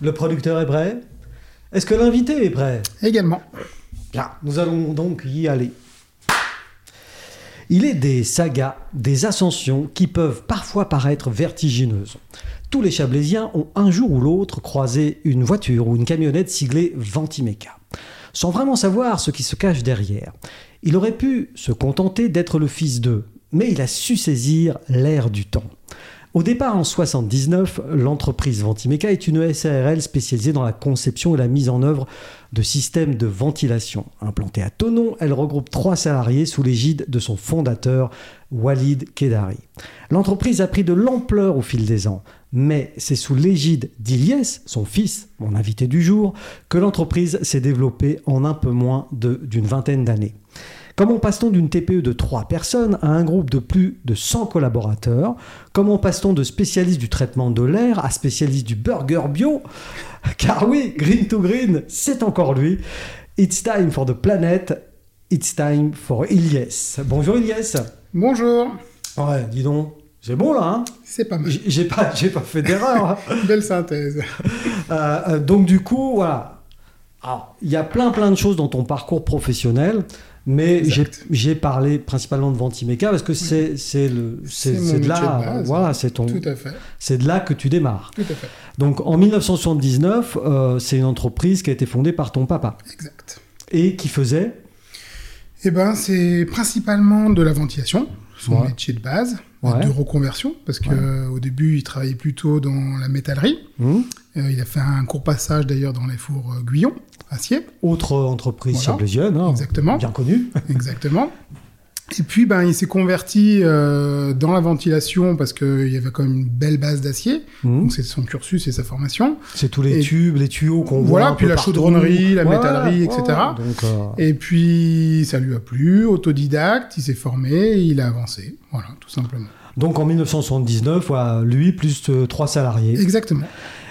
Le producteur est prêt Est-ce que l'invité est prêt Également. Bien, nous allons donc y aller. Il est des sagas, des ascensions qui peuvent parfois paraître vertigineuses. Tous les Chablaisiens ont un jour ou l'autre croisé une voiture ou une camionnette siglée Ventimecca. Sans vraiment savoir ce qui se cache derrière, il aurait pu se contenter d'être le fils d'eux, mais il a su saisir l'air du temps. Au départ en 79, l'entreprise Ventimeca est une SARL spécialisée dans la conception et la mise en œuvre de systèmes de ventilation. Implantée à Tonon, elle regroupe trois salariés sous l'égide de son fondateur Walid Kedari. L'entreprise a pris de l'ampleur au fil des ans, mais c'est sous l'égide d'Iliès, son fils, mon invité du jour, que l'entreprise s'est développée en un peu moins de- d'une vingtaine d'années. Comment passe-t-on d'une TPE de 3 personnes à un groupe de plus de 100 collaborateurs Comment passe-t-on de spécialiste du traitement de l'air à spécialiste du burger bio Car oui, Green to Green, c'est encore lui. It's time for the planet, it's time for Ilyes. Bonjour Ilyes. Bonjour. Ouais, dis donc, c'est bon là, hein C'est pas mal. J- J'ai pas, j'ai pas fait d'erreur. hein. Belle synthèse. Euh, euh, donc du coup, voilà. Alors, il y a plein plein de choses dans ton parcours professionnel, mais j'ai Exact. j'ai parlé principalement de Ventimecca parce que c'est c'est le c'est C'est mon c'est de métier là de base. voilà c'est ton Tout à fait. c'est de là que tu démarres. Tout à fait. Donc en 1979, euh, c'est une entreprise qui a été fondée par ton papa Exact. et qui faisait Eh ben, c'est principalement de la ventilation, son Ouais. métier de base, Ouais. de reconversion, parce que Ouais. euh, au début, il travaillait plutôt dans la métallerie. hmm, Euh, il a fait un court passage d'ailleurs dans les fours euh, Guyon, acier, autre entreprise Voilà. chablaisienne, hein, Exactement. bien connue. exactement. Et puis, ben, il s'est converti euh, dans la ventilation parce qu'il y avait quand même une belle base d'acier. Hmm, Donc, c'est son cursus et sa formation. C'est tous les Et- tubes, les tuyaux qu'on voit. Voilà, un puis peu la partout. chaudronnerie, la métallerie, etc. donc, euh, Et puis, ça lui a plu, autodidacte, il s'est formé, et il a avancé. Voilà, tout simplement. Donc en 1979, voilà, lui plus euh, trois salariés. Exactement.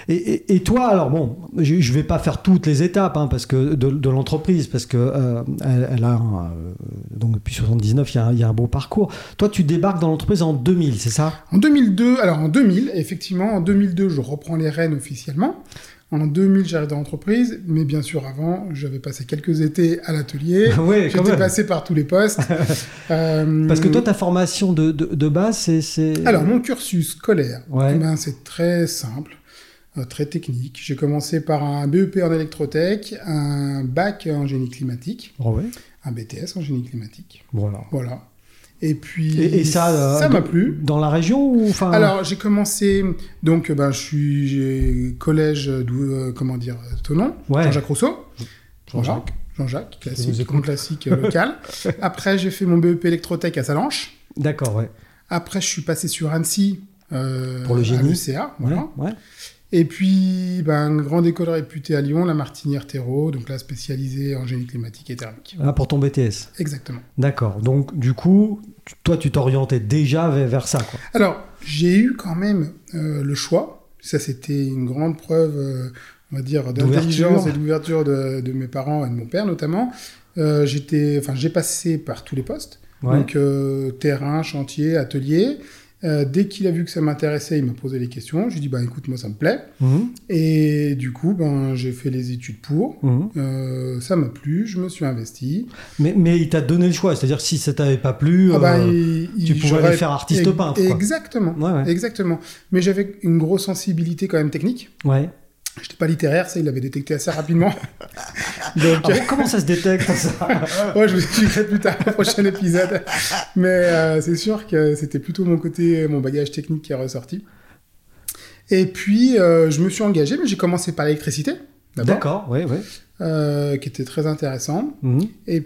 Et, et- et toi, alors bon, je ne vais pas faire toutes les étapes hein, parce que de, de l'entreprise, parce que euh, elle, elle a un, euh, donc depuis 79, il y, a un- il y a un beau parcours. Toi, tu débarques dans l'entreprise en 2000, c'est ça En 2002, alors en 2000, effectivement, en 2002, je reprends les rênes officiellement. En 2000, j'arrive dans l'entreprise, mais bien sûr, avant, j'avais passé quelques étés à l'atelier. Oui, quand J'étais même. passé par tous les postes. Euh, Parce que toi, ta formation de, de- de base, c'est- c'est Alors, mon cursus scolaire, Ouais. eh ben, c'est très simple, euh, très technique. J'ai commencé par un BEP en électrotech, un bac en génie climatique, Ah ouais. un BTS en génie climatique. Voilà. Voilà. Et puis, Et, et ça, euh, Ah. ça m'a dans- plu. Dans la région ou enfin Alors, j'ai commencé, donc, ben, je suis j'ai collège, d'où, euh, comment dire, Tonon, Ouais. Jean-Jacques Rousseau. Jean-Jacques. Voilà. Jean-Jacques, nous classique, écoute. classique euh, local. Après, j'ai fait mon BEP électrotech à Salanches. D'accord, ouais. Après, je suis passé sur Annecy. euh, Pour le génie. À l'ECA, voilà. Ouais, ouais. Et puis, ben, grande école réputée à Lyon, la Martinière Terreau, donc là spécialisée en génie climatique et thermique. Ah, pour ton BTS. Exactement. D'accord. Donc, du coup, tu- toi, tu t'orientais déjà vers, vers ça, quoi. Alors, j'ai eu quand même euh, le choix. Ça, c'était une grande preuve, euh, on va dire, d'intelligence D'ouverture. et d'ouverture de, de mes parents et de mon père notamment. Euh, J'étais, enfin, j'ai passé par tous les postes, Ouais. donc euh, terrain, chantier, atelier. Euh, dès qu'il a vu que ça m'intéressait, il m'a posé les questions. Je lui ai dit, ben, écoute, moi, ça me plaît. Mhm, Et du coup, ben, j'ai fait les études pour. mhm. Euh, ça m'a plu, je me suis investi. Mais, mais il t'a donné le choix, c'est-à-dire que si ça t'avait pas plu, Ah bah, euh, il- il- tu pouvais j'aurais- aller faire artiste Ex- peintre. Quoi. Exactement. Ouais, ouais. Exactement. Mais j'avais une grosse sensibilité quand même technique. Ouais. J'étais pas littéraire, ça il l'avait détecté assez rapidement. Donc, Ah bon, comment ça se détecte ça ouais, je vous expliquerai plus tard au prochain épisode. Mais euh, c'est sûr que c'était plutôt mon côté, mon bagage technique qui est ressorti. Et puis, euh, je me suis engagé, mais j'ai commencé par l'électricité, d'abord, D'accord, oui, oui. euh, qui était très intéressant. Mhm, Et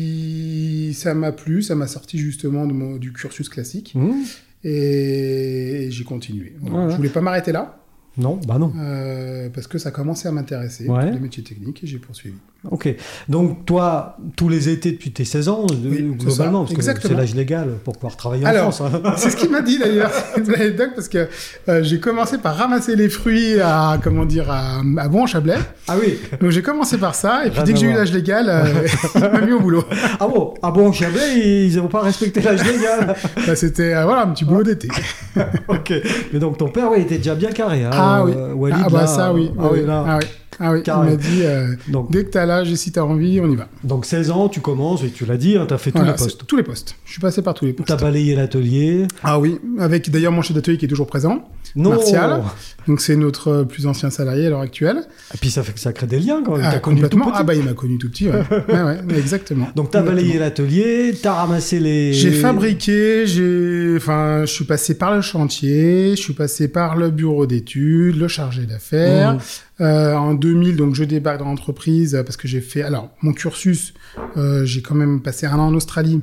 puis, ça m'a plu, ça m'a sorti justement de mon- du cursus classique. mhm. Et, et j'ai continué. Voilà. Ouais, ouais. Je voulais pas m'arrêter là, Non, bah non. euh, parce que ça commençait à m'intéresser, Ouais. les métiers techniques, et j'ai poursuivi. Ok. Donc toi, tous les étés depuis tes 16 ans, euh, Oui, c'est globalement, ça. parce que Exactement. c'est l'âge légal pour pouvoir travailler en Alors, France. hein. C'est ce qu'il m'a dit d'ailleurs, c'est une anecdote, parce que euh, j'ai commencé par ramasser les fruits à, comment dire, à, à Bon-Chablais. Ah oui. Donc j'ai commencé par ça, et puis Rien dès que à j'ai eu voir. l'âge légal, euh, il m'a mis au boulot. Ah bon, ah bon, j'avais, ils n'ont pas respecté l'âge légal. Ah, Bah, C'était, euh, voilà, un petit boulot d'été. ok. Mais donc ton père, oui, était déjà bien carré. hein. Ah oui. euh, Walid, ah bah là, ça, oui. euh, Ah oui. là. Ah oui. Ah oui. Il Carré. m'a dit, euh, Donc, dès que t'as l'âge et si t'as envie, on y va. donc 16 ans, tu commences, et tu l'as dit, tu as fait Voilà, tous les postes. c'est- Tous les postes. Je suis passé par tous les Tu as postes. balayé l'atelier. Ah oui, avec d'ailleurs mon chef d'atelier qui est toujours présent. Non Martial. Donc c'est notre euh, plus ancien salarié à l'heure actuelle. Et puis ça fait que ça crée des liens quand même. Ah, t'as connu tout complètement. petit. Ah bah il m'a connu tout petit, ouais. Ouais, ouais, exactement. Donc t'as Exactement. balayé l'atelier, t'as ramassé les... J'ai fabriqué, j'ai, enfin, je suis passé par le chantier, je suis passé par le bureau d'études, le chargé d'affaires. Mhm. Euh, en 2000, donc je débarque dans l'entreprise euh, parce que j'ai fait, alors mon cursus, euh, j'ai quand même passé un an en Australie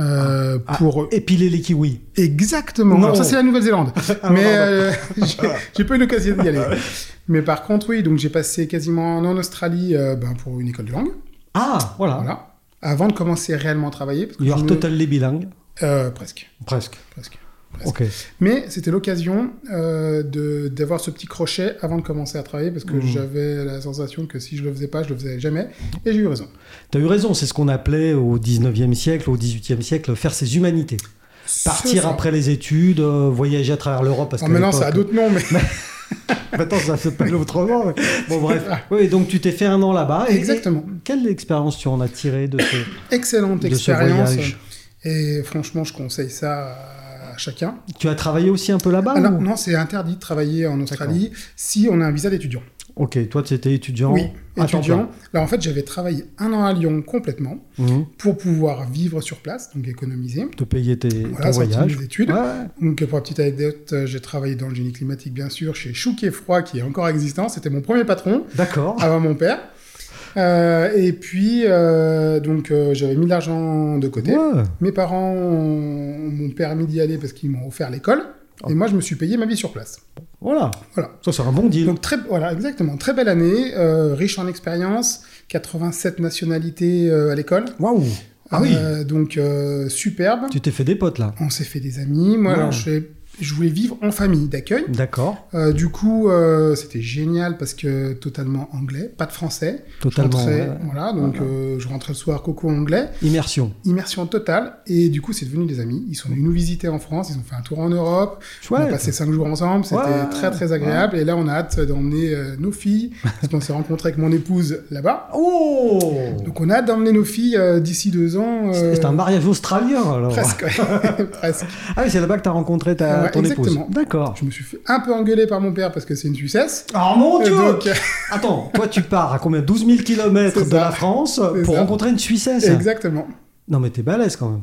euh, Ah. pour Épiler les kiwis. exactement. Non. Alors, ça c'est la Nouvelle-Zélande, Ah, mais pardon. euh, j'ai- j'ai pas eu l'occasion d'y Ah aller. Mais par contre, oui, donc j'ai passé quasiment un an en Australie euh, ben, pour une école de langue, Ah, voilà. voilà, avant de commencer réellement à travailler. Parce que You je are me- totally bilingue. Euh, presque. Presque. Presque. Ok. Mais c'était l'occasion euh, de- d'avoir ce petit crochet avant de commencer à travailler parce que Mhm. j'avais la sensation que si je le faisais pas, je le faisais jamais. Et j'ai eu raison. T'as eu raison, c'est ce qu'on appelait au 19e siècle, au 18e siècle, faire ses humanités. C'est Partir ça. après les études, euh, voyager à travers l'Europe. Parce Alors qu'à maintenant, l'époque- ça a d'autres noms, mais Maintenant, ça s'appelle autrement. mais- Bon, bref. Oui, donc tu t'es fait un an là-bas. et- Ah, exactement. et Quelle expérience tu en as tirée de ce, Excellente de ce expérience. euh. voyage Et franchement, je conseille ça à chacun. Tu as travaillé aussi un peu là-bas Alors, ou- non, c'est interdit de travailler en Australie si on a un visa d'étudiant. Ok, toi, tu étais étudiant. oui, à temps étudiant. Là, en fait, j'avais travaillé un an à Lyon complètement plein. Mhm. pour pouvoir vivre sur place, donc économiser. De payer tes, Voilà, ton sortir voyage. mes études. Ouais. Donc, pour la petite anecdote, euh, j'ai travaillé dans le génie climatique, bien sûr, chez Chouquet Froid, qui est encore existant. C'était mon premier patron, D'accord. avant mon père. Euh, et puis, euh, donc, euh, j'avais mis de l'argent de côté. Ouais. Mes parents ont- m'ont permis d'y aller parce qu'ils m'ont offert l'école. Oh. Et moi, je me suis payé ma vie sur place. Voilà. Voilà. Ça, c'est un bon deal. Donc, très, voilà, exactement. Très belle année, euh, riche en expérience, 87 nationalités euh, à l'école. Waouh. Ah oui. Euh, donc, euh, superbe. Tu t'es fait des potes là. On s'est fait des amis. Moi, Ouais. alors, je, je voulais vivre en famille d'accueil. D'accord. Euh, du coup, euh, c'était génial parce que totalement anglais, pas de français. Totalement. je rentrais, ouais, ouais. voilà, donc Voilà. euh, je rentrais le soir coco anglais, Immersion. immersion totale. Et du coup, c'est devenu des amis. Ils sont venus nous visiter en France, ils ont fait un tour en Europe, on a Chouette. passé cinq jours ensemble, c'était Ouais, très très agréable. Et là, on a hâte d'emmener euh, nos filles parce qu'on s'est rencontrés avec mon épouse là-bas. Oh Donc, on a hâte d'emmener nos filles euh, d'ici deux ans. euh, C'est un mariage australien alors. Presque, presque. Ah oui, c'est là-bas que t'as rencontré ta, Ouais, ton épouse. exactement. D'accord. Je me suis fait un peu engueuler par mon père parce que c'est une Suissesse. Ah mon Et dieu Euh, donc, Attends, toi tu pars à combien 12 000 km C'est de ça. la France C'est pour ça. rencontrer une Suissesse exactement. Non mais t'es balèze quand même.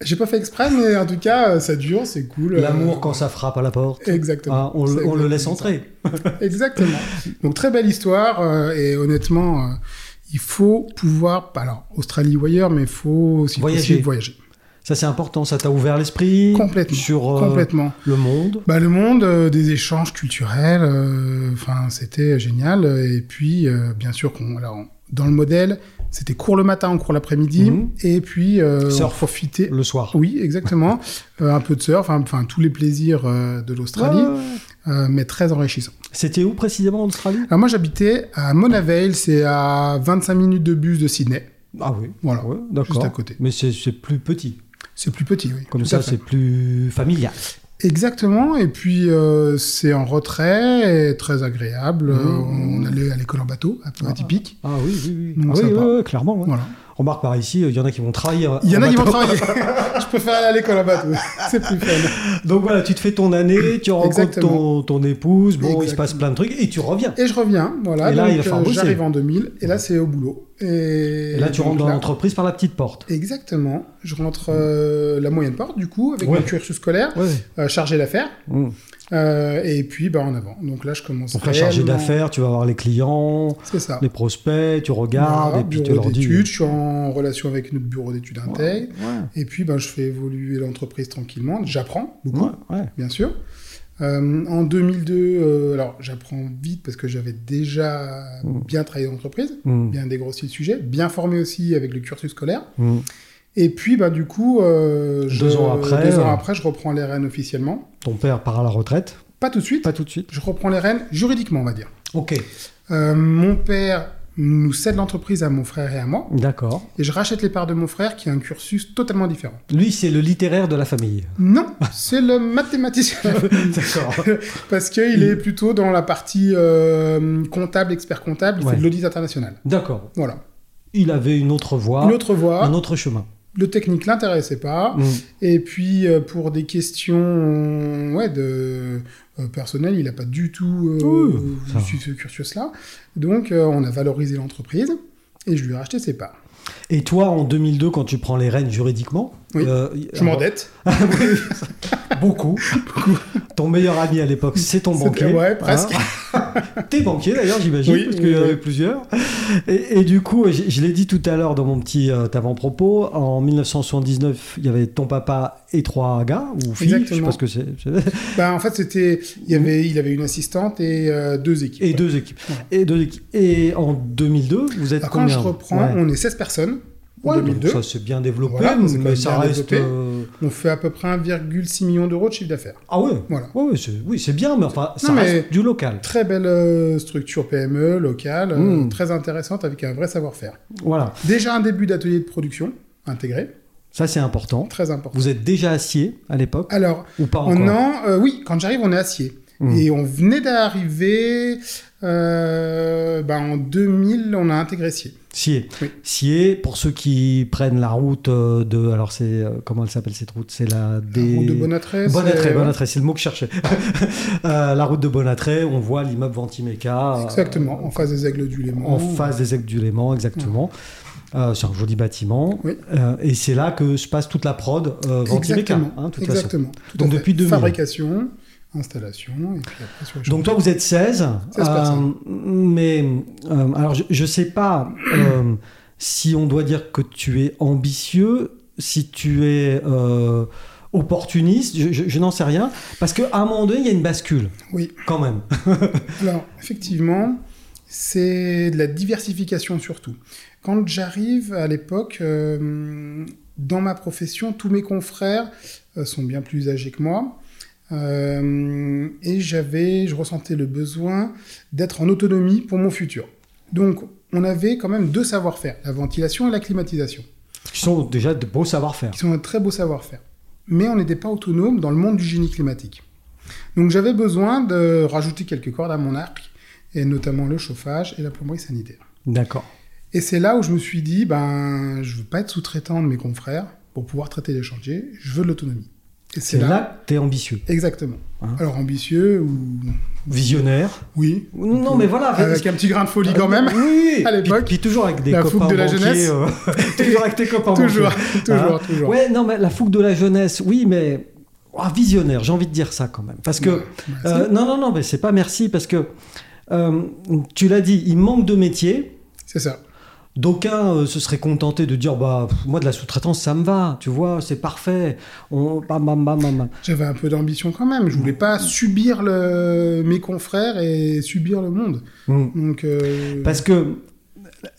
J'ai pas fait exprès, mais en tout cas, euh, ça dure, c'est cool. euh, L'amour quand ça frappe à la porte. Exactement. Ah, on, le- C'est on le exactement laisse ça. entrer. Exactement. Donc, très belle histoire. euh, et honnêtement, euh, il faut pouvoir, pas- alors, Australie ou ailleurs, mais il faut, si Voyager. possible, voyager. Ça c'est important, ça t'a ouvert l'esprit Complètement. sur euh, Complètement. le monde. Bah, le monde euh, des échanges culturels, euh, enfin, c'était génial. Et puis, euh, bien sûr, qu'on, alors, on- dans le modèle, c'était cours le matin, cours l'après-midi. Mhm. Et puis, euh, Surf. on profitait. Le soir. Oui, exactement. Euh, un peu de surf, hein, enfin, tous les plaisirs euh, de l'Australie, Ouais, ouais, ouais. euh, mais très enrichissant. C'était où précisément en Australie Alors moi j'habitais à Monavale, c'est à 25 minutes de bus de Sydney. Ah oui, Voilà, ouais, d'accord. juste à côté. Mais c'est c'est plus petit. C'est plus petit, oui. Comme tout à ça, fait. c'est plus familial. Exactement, et puis euh, c'est en retrait, et très agréable. Euh, Mmh. on allait à l'école en bateau, un peu Ah. atypique. Ah oui, oui, oui. Donc, Ah oui, sympa. ouais, ouais, clairement. ouais. Voilà. Remarque par ici, euh, il y en a qui vont trahir. Il y en a qui vont bateau. travailler. Je préfère aller à l'école en bateau, c'est plus fun. Donc voilà, tu te fais ton année, tu rencontres ton, Exactement. ton épouse, bon, il se Exactement. passe plein de trucs et tu reviens. Et je reviens, voilà. Et là, donc, il va falloir euh, bosser. J'arrive en 2000, et là c'est au boulot. Et, Et là, tu donc rentres dans là- l'entreprise par la petite porte. Exactement, je rentre euh, la moyenne porte du coup, avec Ouais. mon cursus scolaire, Ouais. euh, chargé d'affaires, Mmh. euh, et puis bah, en avant. Donc là je commence Donc là, chargé réellement- d'affaires, tu vas voir les clients, C'est ça. les prospects, tu regardes Voilà, et puis tu bureau leur dis. euh. d'études, je suis en relation avec notre bureau d'études Ouais, intègre. ouais, Et puis, ben, je fais évoluer l'entreprise tranquillement. J'apprends, ouais, ouais. bien sûr. Euh, en 2002, euh, alors j'apprends vite parce que j'avais déjà Mm. bien travaillé dans l'entreprise, Mmh. bien dégrossi le sujet, bien formé aussi avec le cursus scolaire. Mmh. Et puis, ben, du coup, euh, je- Deux ans après, deux ans euh, après, je reprends les rênes officiellement. Ton père part à la retraite. Pas tout de suite, Pas tout de suite. je reprends les rênes juridiquement, on va dire. Ok. Euh, mon père nous cède l'entreprise à mon frère et à moi. D'accord. Et je rachète les parts de mon frère qui a un cursus totalement différent. Lui, c'est le littéraire de la famille. Non, c'est le mathématicien. D'accord. Parce qu'il est plutôt dans la partie euh, comptable, expert comptable, il Ouais. fait de l'audit international. D'accord. Voilà. Il avait une autre voie, Une autre voie, Ah. un autre chemin. le technique l'intéressait pas. Mm. Et puis euh, pour des questions euh, ouais, de euh, personnel, il n'a pas du tout euh, Oui, ça su ce cursus-là. Donc euh, on a valorisé l'entreprise et je lui ai racheté ses parts. Et toi, en 2002, quand tu prends les rênes juridiquement, Oui. euh, Je m'endette. beaucoup. Ton meilleur ami à l'époque, c'est ton C'était- banquier. ouais, presque. Hein T'es banquier d'ailleurs, j'imagine, Oui, parce qu'il y en oui, avait oui. plusieurs. Et, et du coup, je, je l'ai dit tout à l'heure dans mon petit euh, avant-propos, en 1979, il y avait ton papa et trois gars, ou filles, je sais Exactement. pas ce que c'est. Bah, en fait, c'était, il, y avait, il avait une assistante et euh, deux équipes. Et deux équipes. Et deux équipes. Et en 2002, vous êtes Alors, quand combien je reprends, Ouais. on est 16 personnes. En Ouais, donc 2002, ça s'est bien développé, Voilà, ça s'est quand mais même ça bien reste. développé. euh, on fait à peu près 1,6 million d'euros de chiffre d'affaires. Ah ouais. Voilà. Ouais, ouais, c'est- oui, c'est bien, mais enfin, ça mais- reste du local. Très belle euh, structure PME locale, euh, Mm. très intéressante avec un vrai savoir-faire. Voilà, Déjà un début d'atelier de production intégré, ça c'est important. très important. Vous êtes déjà acier à l'époque Alors, ou pas encore on en, euh, oui, quand j'arrive, on est acier. Mm. Et on venait d'arriver euh, ben, en 2000, on a intégré Scier. Scier. Oui. Scier, pour ceux qui prennent la route euh, de. Alors, c'est. euh, Comment elle s'appelle cette route C'est la. Des... Route de euh, Bonatré. Bonnetré, c'est- Bonnetré, c'est le mot que je cherchais. Euh, la route de Bonnetré, on voit l'immeuble Ventimecca. euh, Exactement, en face des aigles du Léman. en face des ailes du Léman, exactement. Euh, c'est un joli bâtiment. Oui. Euh, et c'est là que se passe toute la prod euh, Ventimecca, Exactement. hein, de toute façon. exactement. Tout Donc à fait. depuis 2000. Fabrication, installation, et puis après sur le Donc toi, vous êtes 16. 16 personnes. mais euh, alors, je ne sais pas euh, si on doit dire que tu es ambitieux, si tu es euh, opportuniste, je, je- je n'en sais rien. Parce qu'à un moment donné, il y a une bascule, Oui, quand même. alors effectivement, c'est de la diversification surtout. Quand j'arrive à l'époque, euh, dans ma profession, tous mes confrères euh, sont bien plus âgés que moi. Euh, et j'avais, je ressentais le besoin d'être en autonomie pour mon futur. Donc, on avait quand même deux savoir-faire, la ventilation et la climatisation. Qui sont déjà de beaux savoir-faire. qui sont un très beau savoir-faire. Mais on n'était pas autonome dans le monde du génie climatique. Donc j'avais besoin de rajouter quelques cordes à mon arc, et notamment le chauffage et la plomberie sanitaire. D'accord. Et c'est là où je me suis dit, ben, je veux pas être sous-traitant de mes confrères pour pouvoir traiter les chantiers, je veux de l'autonomie. Et C'est là, que tu es ambitieux. Exactement. Hein. Alors ambitieux ou... Visionnaire. Oui. Non, mais voilà. parce Avec que- un petit grain de folie quand même. Oui, oui. à l'époque. Puis, puis toujours avec des La copains fougue de la banquiers, jeunesse. euh, toujours avec tes copains toujours, banquiers. toujours, toujours. Ouais, non, mais la fougue de la jeunesse, oui, mais Ah, visionnaire, j'ai envie de dire ça quand même. Parce que. Ouais, euh, non, non, non, mais c'est pas merci, parce que euh, tu l'as dit, il manque de métier. C'est ça. D'aucuns euh, se seraient contentés de dire bah pff, moi de la sous-traitance ça me va tu vois c'est parfait on bam bam bam bam, bam. J'avais un peu d'ambition quand même. Je voulais pas subir le... mes confrères et subir le monde. Mm. Donc, euh, parce que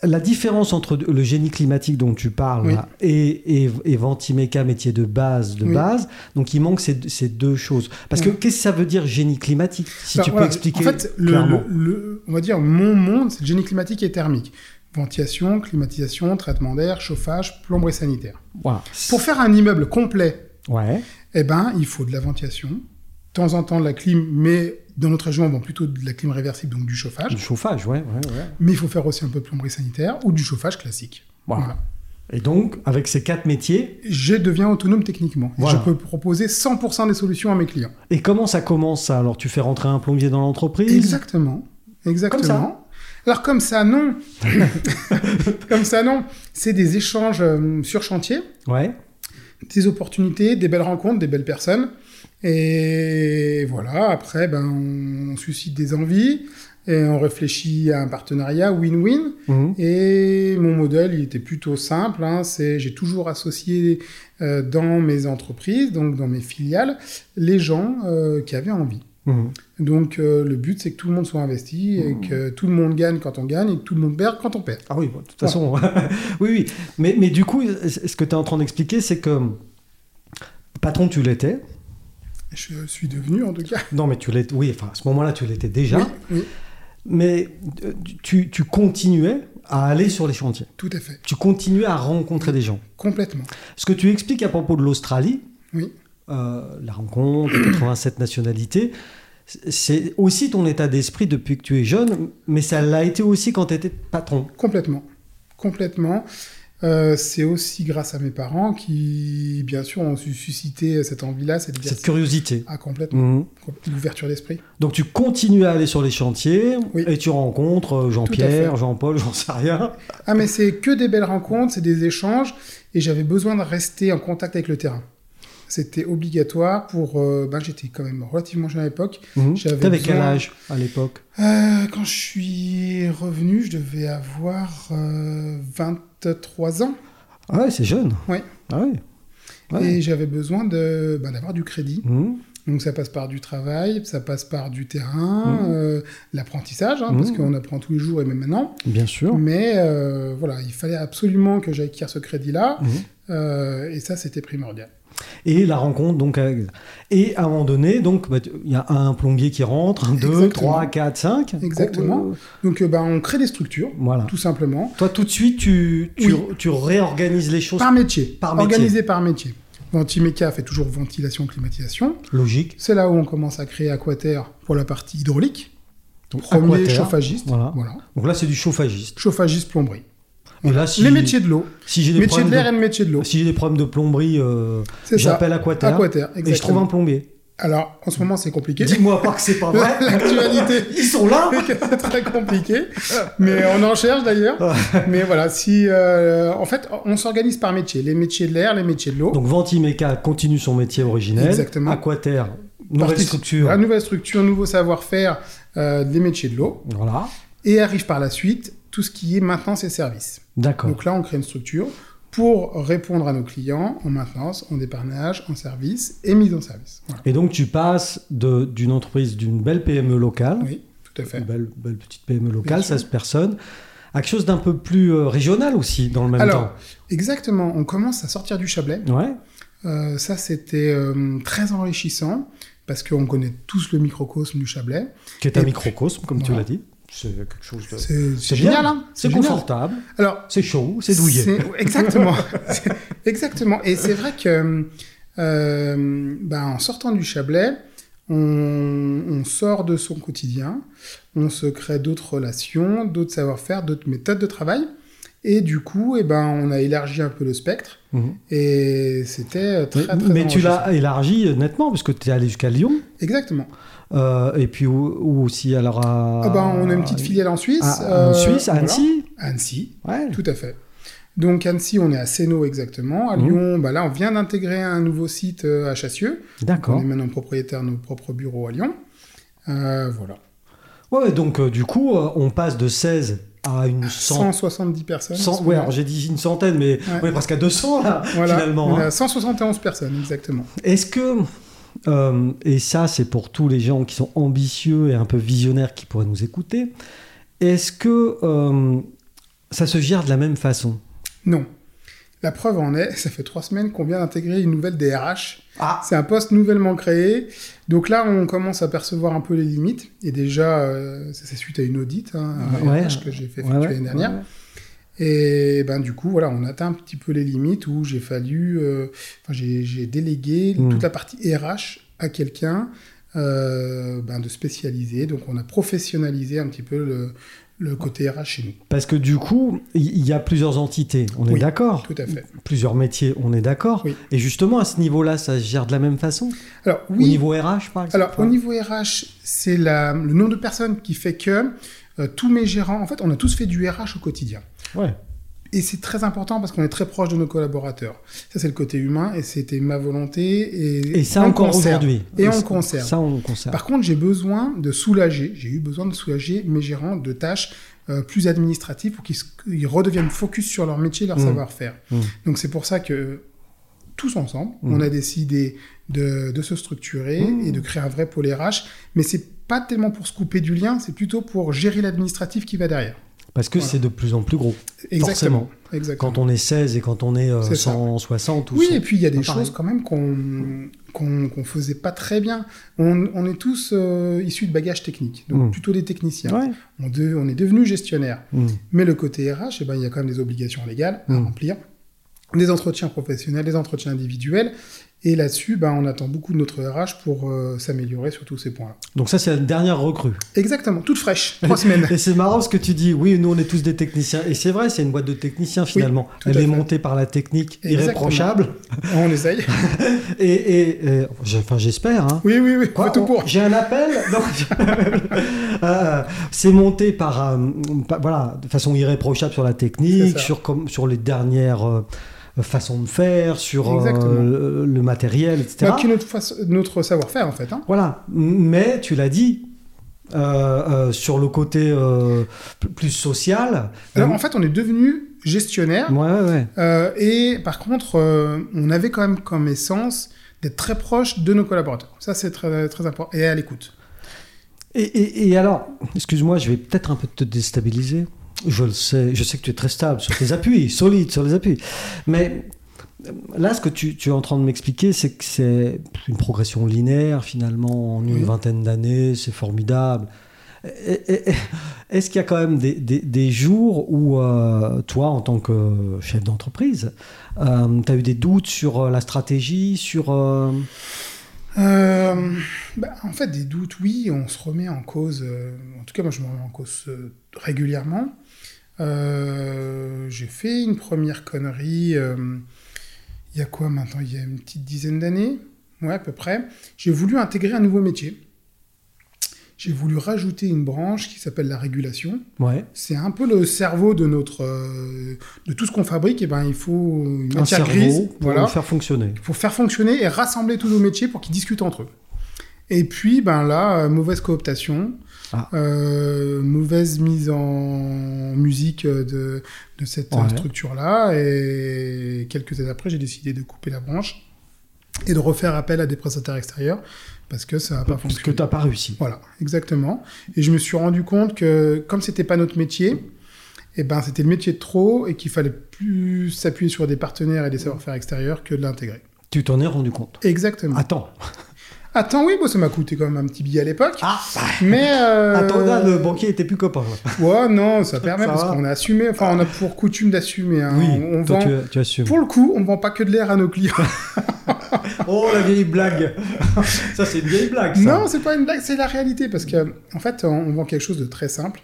la différence entre le génie climatique dont tu parles Oui. là, et, et, et Ventimecca métier de base de Oui. base donc il manque ces, ces deux choses parce que Ouais. qu'est-ce que ça veut dire génie climatique si enfin, tu peux bah, voilà. expliquer En fait, le, clairement le- le- on va dire mon monde, c'est le génie climatique et thermique. Ventilation, climatisation, traitement d'air, chauffage, plomberie sanitaire. Voilà. Pour faire un immeuble complet, Ouais. eh ben, il faut de la ventilation, de temps en temps de la clim, mais dans notre région, on vend plutôt de la clim réversible, donc du Du chauffage. chauffage, ouais, ouais, ouais. Mais il faut faire aussi un peu de plomberie sanitaire ou du chauffage classique. Voilà. Voilà. Et donc, avec ces quatre métiers, Je deviens autonome techniquement. Et Voilà. Je peux proposer 100% des solutions à mes clients. et comment ça commence ça Alors, tu fais rentrer un plombier dans l'entreprise Exactement. Exactement. Alors comme ça, non. comme ça, non. C'est des échanges euh, sur chantier, Ouais. des opportunités, des belles rencontres, des belles personnes. Et voilà, après, ben, on, on suscite des envies et on réfléchit à un partenariat win-win. Mhm. Et mon modèle, il était plutôt simple. hein, c'est j'ai toujours associé euh, dans mes entreprises, donc dans mes filiales, les gens euh, qui avaient envie. Mhm. Donc euh, le but c'est que tout le monde soit investi et que tout le monde gagne quand on gagne et que tout le monde perd quand on perd. Ah oui, bon, de toute façon. oui, oui. Mais, mais du coup, ce que tu es en train d'expliquer, c'est que. Patron, tu l'étais. Je suis devenu en tout cas. Non, mais tu l'étais. Oui, enfin, à ce moment-là, tu l'étais déjà. Oui, oui. mais euh, tu, tu continuais à aller sur les chantiers. Tout à fait. Tu continuais à rencontrer des gens. Complètement. Ce que tu expliques à propos de l'Australie, Oui. euh, la rencontre, les 87 nationalités, c'est aussi ton état d'esprit depuis que tu es jeune, mais ça l'a été aussi quand tu étais patron. Complètement. Complètement. Euh, c'est aussi grâce à mes parents qui, bien sûr, ont su susciter cette envie-là, cette, Cette diversité. curiosité. Ah, complètement. Mhm. L'ouverture d'esprit. Donc tu continues à aller sur les chantiers Oui. et tu rencontres euh, Tout à Jean-Pierre, Jean-Paul, j'en sais rien. Ah, mais c'est que des belles rencontres, c'est des échanges, et j'avais besoin de rester en contact avec le terrain. C'était obligatoire pour. euh, ben, j'étais quand même relativement jeune à l'époque. Mhm. J'avais T'avais quel besoin- âge à l'époque Euh, quand je suis revenu, je devais avoir euh, 23 ans, Ah ouais, c'est jeune. Ouais. Ah ouais. Ouais. et j'avais besoin de, ben, d'avoir du crédit. Mhm. Donc ça passe par du travail, ça passe par du terrain, Mhm. euh, l'apprentissage, hein, parce Mhm. qu'on apprend tous les jours et même maintenant. Bien sûr. Mais euh, voilà, il fallait absolument que j'acquière ce crédit-là, Mhm. euh, et ça c'était primordial. Et la rencontre, donc, avec- et à un moment donné, donc, bah, tu- il y a un plombier qui rentre, un, deux, Exactement. trois, quatre, cinq. Exactement. Euh, Donc euh, ben, on crée des structures, voilà. tout simplement, Toi, tout de suite, tu, tu, tu réorganises les choses. par métier, Par métier. organisé par métier. Ventimeca fait toujours ventilation, climatisation. Logique. C'est là où on commence à créer Aquater pour la partie hydraulique. Donc, Premier aquaterre. chauffagiste. Voilà. Voilà. Donc là, c'est du chauffagiste. Chauffagiste plomberie. Et là, si- Les métiers de l'eau. Si j'ai des, Métier de problèmes l'air et de... le métier de l'eau. si j'ai des problèmes de plomberie, euh, C'est ça. j'appelle Aquaterre Aquater, et je trouve exactement. un plombier. Alors, en ce moment, c'est compliqué. Dis-moi pas que c'est pas vrai. L'actualité, Ils sont là. c'est très compliqué. Mais on en cherche d'ailleurs. Mais voilà, si. euh, en fait, on s'organise par métier. Les métiers de l'air, les métiers de l'eau. Donc Ventimeka continue son métier originel. Exactement. Aquaterre, nouvelle Partie- structure. La nouvelle structure, nouveau savoir-faire, euh, les métiers de l'eau. Voilà. Et arrive par la suite tout ce qui est maintenance et services. D'accord. Donc là, on crée une structure pour répondre à nos clients en maintenance, en dépannage, en service et mise en service. Voilà. Et donc tu passes de- d'une entreprise, d'une belle PME locale, Oui, tout à fait. une belle, belle petite PME locale, Bien sûr. 16 personnes, à quelque chose d'un peu plus euh, régional aussi dans le même Alors, exactement, on commence à sortir du Chablais. temps. Ouais. Euh, ça, c'était euh, très enrichissant parce qu'on connaît tous le microcosme du Chablais. Qui est un Et microcosme, comme tu voilà. l'as dit. C'est quelque chose de. C'est c'est bien. génial, hein C'est génial. confortable, Alors, c'est chaud, c'est douillet. Exactement. C'est- exactement. Et c'est vrai que, euh, ben, en sortant du Chablais, on, on sort de son quotidien, on se crée d'autres relations, d'autres savoir-faire, d'autres méthodes de travail. Et du coup, eh ben, on a élargi un peu le spectre. Mhm. Et c'était Mais, très, très mais tu enrichissant. l'as élargi euh, nettement, parce que tu es allé jusqu'à Lyon, Exactement. euh, et puis où, où aussi alors à. Ah ben, on a une petite filiale en Suisse. à- euh, ah, en Suisse, à voilà. Annecy. Annecy, Ouais. tout à fait. Donc Annecy, on est à Séno exactement. À Mhm. Lyon, bah là, on vient d'intégrer un nouveau site euh, à Chassieux. On D'accord. est maintenant propriétaire de nos propres bureaux à Lyon. Euh, voilà. Ouais, donc euh, du coup, euh, on passe de 16 à une 100. 170 personnes. 100 ouais, alors j'ai dit une centaine, mais Ouais. on est presque à 200 là, Voilà, finalement. on est hein. à 171 personnes exactement. Est-ce que. euh, et ça, c'est pour tous les gens qui sont ambitieux et un peu visionnaires qui pourraient nous écouter. Est-ce que euh, ça se gère de la même façon Non. La preuve en est, ça fait trois semaines qu'on vient d'intégrer une nouvelle DRH. Ah. C'est un poste nouvellement créé. Donc là, on commence à percevoir un peu les limites. Et déjà, euh, ça, c'est suite à une audite, hein, un Ouais. RH que j'ai fait Ouais, effectuer ouais, l'année dernière. ouais, ouais. Et ben du coup, voilà, on atteint un petit peu les limites où j'ai fallu, euh, enfin, j'ai j'ai délégué Mm. toute la partie RH à quelqu'un euh, ben, de spécialisé. Donc on a professionnalisé un petit peu le, le côté RH chez nous. Parce que du coup, il il y a plusieurs entités, on est Oui, d'accord Tout à fait. Plusieurs métiers, on est d'accord Oui. Et justement, à ce niveau-là, ça se gère de la même façon Alors Au oui, niveau RH, par exemple alors au niveau RH, c'est la- le nombre de personnes qui fait que euh, tous mes gérants, en fait, on a tous fait du RH au quotidien. Ouais. Et c'est très important parce qu'on est très proche de nos collaborateurs. Ça, c'est le côté humain et c'était ma volonté. Et, Et ça on le encore conserve. aujourd'hui. Et on ça- le conserve. Ça, on le conserve. Par contre, j'ai besoin de soulager, j'ai eu besoin de soulager mes gérants de tâches euh, plus administratives pour qu'ils se- ils redeviennent focus sur leur métier, leur Mm. savoir-faire. Mm. Donc c'est pour ça que tous ensemble, Mm. on a décidé de, de se structurer Mm. et de créer un vrai pôle RH, mais c'est pas tellement pour se couper du lien, c'est plutôt pour gérer l'administratif qui va derrière. Parce que Voilà. c'est de plus en plus gros. Exactement. Forcément. Exactement. Quand on est 16 et quand on est euh, C'est ça. 160 ou Oui, 100. et puis il y a des Pas pareil. choses quand même qu'on qu'on qu'on faisait pas très bien. On, on est tous euh, issus de bagages techniques, donc Mm. plutôt des techniciens. Ouais. On, de- on est devenu gestionnaire. Mm. Mais le côté RH, eh ben, il y a quand même des obligations légales à Mm. remplir, des entretiens professionnels, des entretiens individuels. Et là-dessus, ben, on attend beaucoup de notre RH pour euh, s'améliorer sur tous ces points-là. Donc ça, c'est la dernière recrue. Exactement, toute fraîche, trois semaines. Et c'est marrant ce que tu dis. Oui, nous, on est tous des techniciens. Et c'est vrai, c'est une boîte de techniciens finalement. tout à Elle est fait. montée par la technique Exactement. irréprochable. On essaye. Et, et- et- j'ai- enfin, j'espère. hein. Oui, oui, oui, on Quoi, fait tout on- pour. J'ai un appel. Donc, euh, c'est monté par, euh, pa- voilà, de façon irréprochable sur la C'est technique, ça. sur comme sur les dernières euh, façons de faire, sur euh, Exactement. le, le matériel, etc. Bah, qui est notre, façon- notre savoir-faire, en fait. hein. Voilà. Mais tu l'as dit. euh, euh, sur le côté euh, p- plus social. Alors, euh, en fait, on est devenu gestionnaire. ouais, ouais, ouais. Euh, et par contre, euh, on avait quand même comme essence d'être très proche de nos collaborateurs. Ça, c'est très, très important. Et à l'écoute. Et, et- et alors, excuse-moi, je vais peut-être un peu te déstabiliser. Je le sais, je sais que tu es très stable sur tes appuis, solide sur les appuis. Mais euh, là, ce que tu, tu es en train de m'expliquer, c'est que c'est une progression linéaire finalement en une Oui. vingtaine d'années, c'est formidable. Et- et- et- Est-ce qu'il y a quand même des, des- des jours où euh, toi, en tant que chef d'entreprise, tu as eu des doutes sur euh, la stratégie, sur... euh, Euh, bah, en fait, des doutes, oui, on se remet en cause. euh, en tout cas, moi, je me remets en cause euh, régulièrement. Euh, J'ai fait une première connerie euh, il y a quoi maintenant Il y a une petite dizaine d'années Ouais, à peu près. J'ai voulu intégrer un nouveau métier. J'ai voulu rajouter une branche qui s'appelle la régulation. Ouais, C'est un peu le cerveau de notre, euh, de tout ce qu'on fabrique. Et ben, il faut une un matière cerveau grise, pour voilà, le faire fonctionner. pour faire fonctionner et rassembler tous nos métiers pour qu'ils discutent entre eux. Et puis, ben là, euh, mauvaise cooptation, Ah. euh, mauvaise mise en musique euh, de, de cette euh, Ouais. structure-là. Et quelques années après, j'ai décidé de couper la branche et de refaire appel à des prestataires extérieurs parce que ça n'a pas Parce que fonctionné. tu n'as pas réussi. Voilà, exactement. Et je me suis rendu compte que comme c'était pas notre métier, eh ben c'était le métier de trop et qu'il fallait plus s'appuyer sur des partenaires et des savoir-faire extérieurs que de l'intégrer. Tu t'en es rendu compte. Exactement. Attends. Attends, oui, bon, ça m'a coûté quand même un petit billet à l'époque, Ah mais euh, Attends, là, le banquier était plus copain. là. Ouais, non, ça permet Ça parce va. qu'on a assumé. Enfin, on a pour coutume d'assumer. hein. Oui, on on toi, vend. tu, as- tu assumes. Pour le coup, on vend pas que de l'air à nos clients. Oh, la vieille blague Ça, c'est une vieille blague, ça. Non, c'est pas une blague, c'est la réalité parce que en fait, on- on vend quelque chose de très simple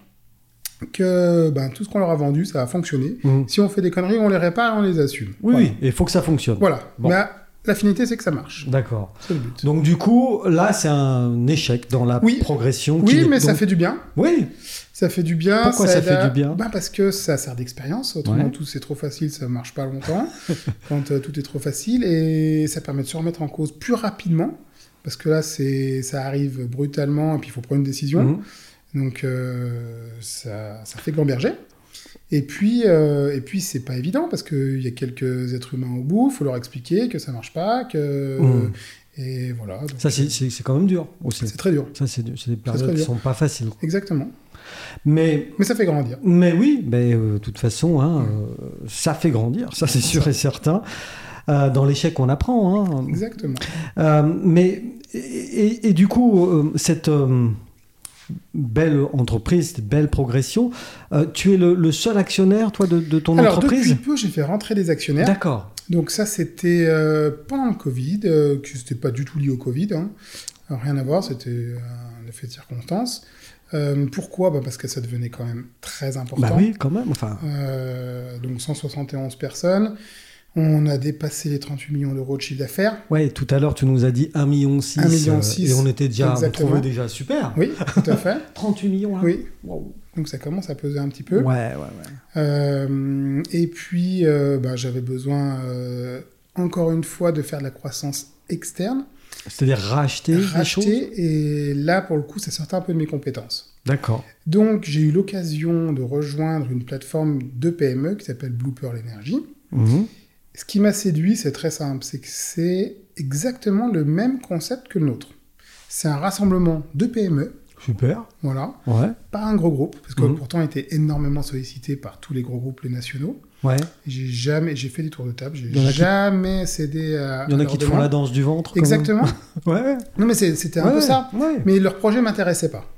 que ben, tout ce qu'on leur a vendu, ça a fonctionné. Mhm. Si on fait des conneries, on les répare et on les assume. Oui, voilà. oui, il faut que ça fonctionne. Voilà. Bon. Mais la finalité, c'est que ça marche. D'accord. C'est le but. Donc, du coup, là, c'est un échec dans la Oui. progression. qui oui, n'est- mais ça donc- fait du bien. Oui, Ça fait du bien. Pourquoi ça aide fait à- du bien Ben, Parce que ça sert d'expérience. Autrement, Ouais. tout c'est trop facile, ça marche pas longtemps. quand euh, tout est trop facile. Et ça permet de se remettre en cause plus rapidement. Parce que là, c'est ça arrive brutalement et puis il faut prendre une décision. Mhm. Donc euh, ça, ça fait gamberger. Et puis, euh, et puis c'est pas évident parce qu'il y a quelques êtres humains au bout, faut leur expliquer que ça marche pas, que Mm. et voilà. donc, ça, c'est- c'est c'est quand même dur aussi. c'est très dur. Ça, c'est du- c'est des très périodes qui dur. sont pas faciles. Exactement. Mais Mais ça fait grandir. Mais oui, mais euh, de toute façon, hein, euh, ça fait grandir, ça c'est sûr et certain. Euh, dans l'échec, on apprend. hein. Exactement. Euh, mais et, et- et du coup, euh, cette euh, belle entreprise, cette belle progression, euh, tu es le, le seul actionnaire, toi, de, de ton Alors depuis entreprise. peu, j'ai fait rentrer des actionnaires. D'accord. Donc ça, c'était euh, pendant le Covid, euh, que c'était pas du tout lié au Covid. hein. Alors, rien à voir, c'était euh, un effet de circonstance. Euh, pourquoi Bah, Parce que ça devenait quand même très important. Bah oui, quand même. Enfin, Euh, donc 171 personnes. On a dépassé les 38 millions d'euros de chiffre d'affaires. ouais. Tout à l'heure, tu nous as dit 1,6 million euh, Un million et six, on était déjà, on exactement. trouvait déjà super. Oui, tout à fait. 38 millions là. Oui, Wow. donc ça commence à peser un petit Ouais, peu. ouais, ouais. Euh, et puis, euh, bah, j'avais besoin, euh, encore une fois, de faire de la croissance externe, C'est-à-dire racheter, les choses. racheter. Et là, pour le coup, ça sortait un peu de mes compétences. D'accord. Donc, j'ai eu l'occasion de rejoindre une plateforme de PME qui s'appelle Blue Pearl Energy. Mhm. Ce qui m'a séduit, c'est très simple, c'est que c'est exactement le même concept que le nôtre. C'est un rassemblement de PME Super. Voilà. Ouais. Pas un gros groupe, parce que Mhm. pourtant, on était énormément sollicité par tous les gros groupes nationaux. Ouais. J'ai jamais, j'ai fait des tours de table, j'ai Il y en a qui- jamais cédé à. Il y en à a leur qui te font la demande. danse du ventre. comme- Exactement. Ouais. non, mais c'est- c'était un peu ouais, ça. ouais. Mais leur projet m'intéressait pas.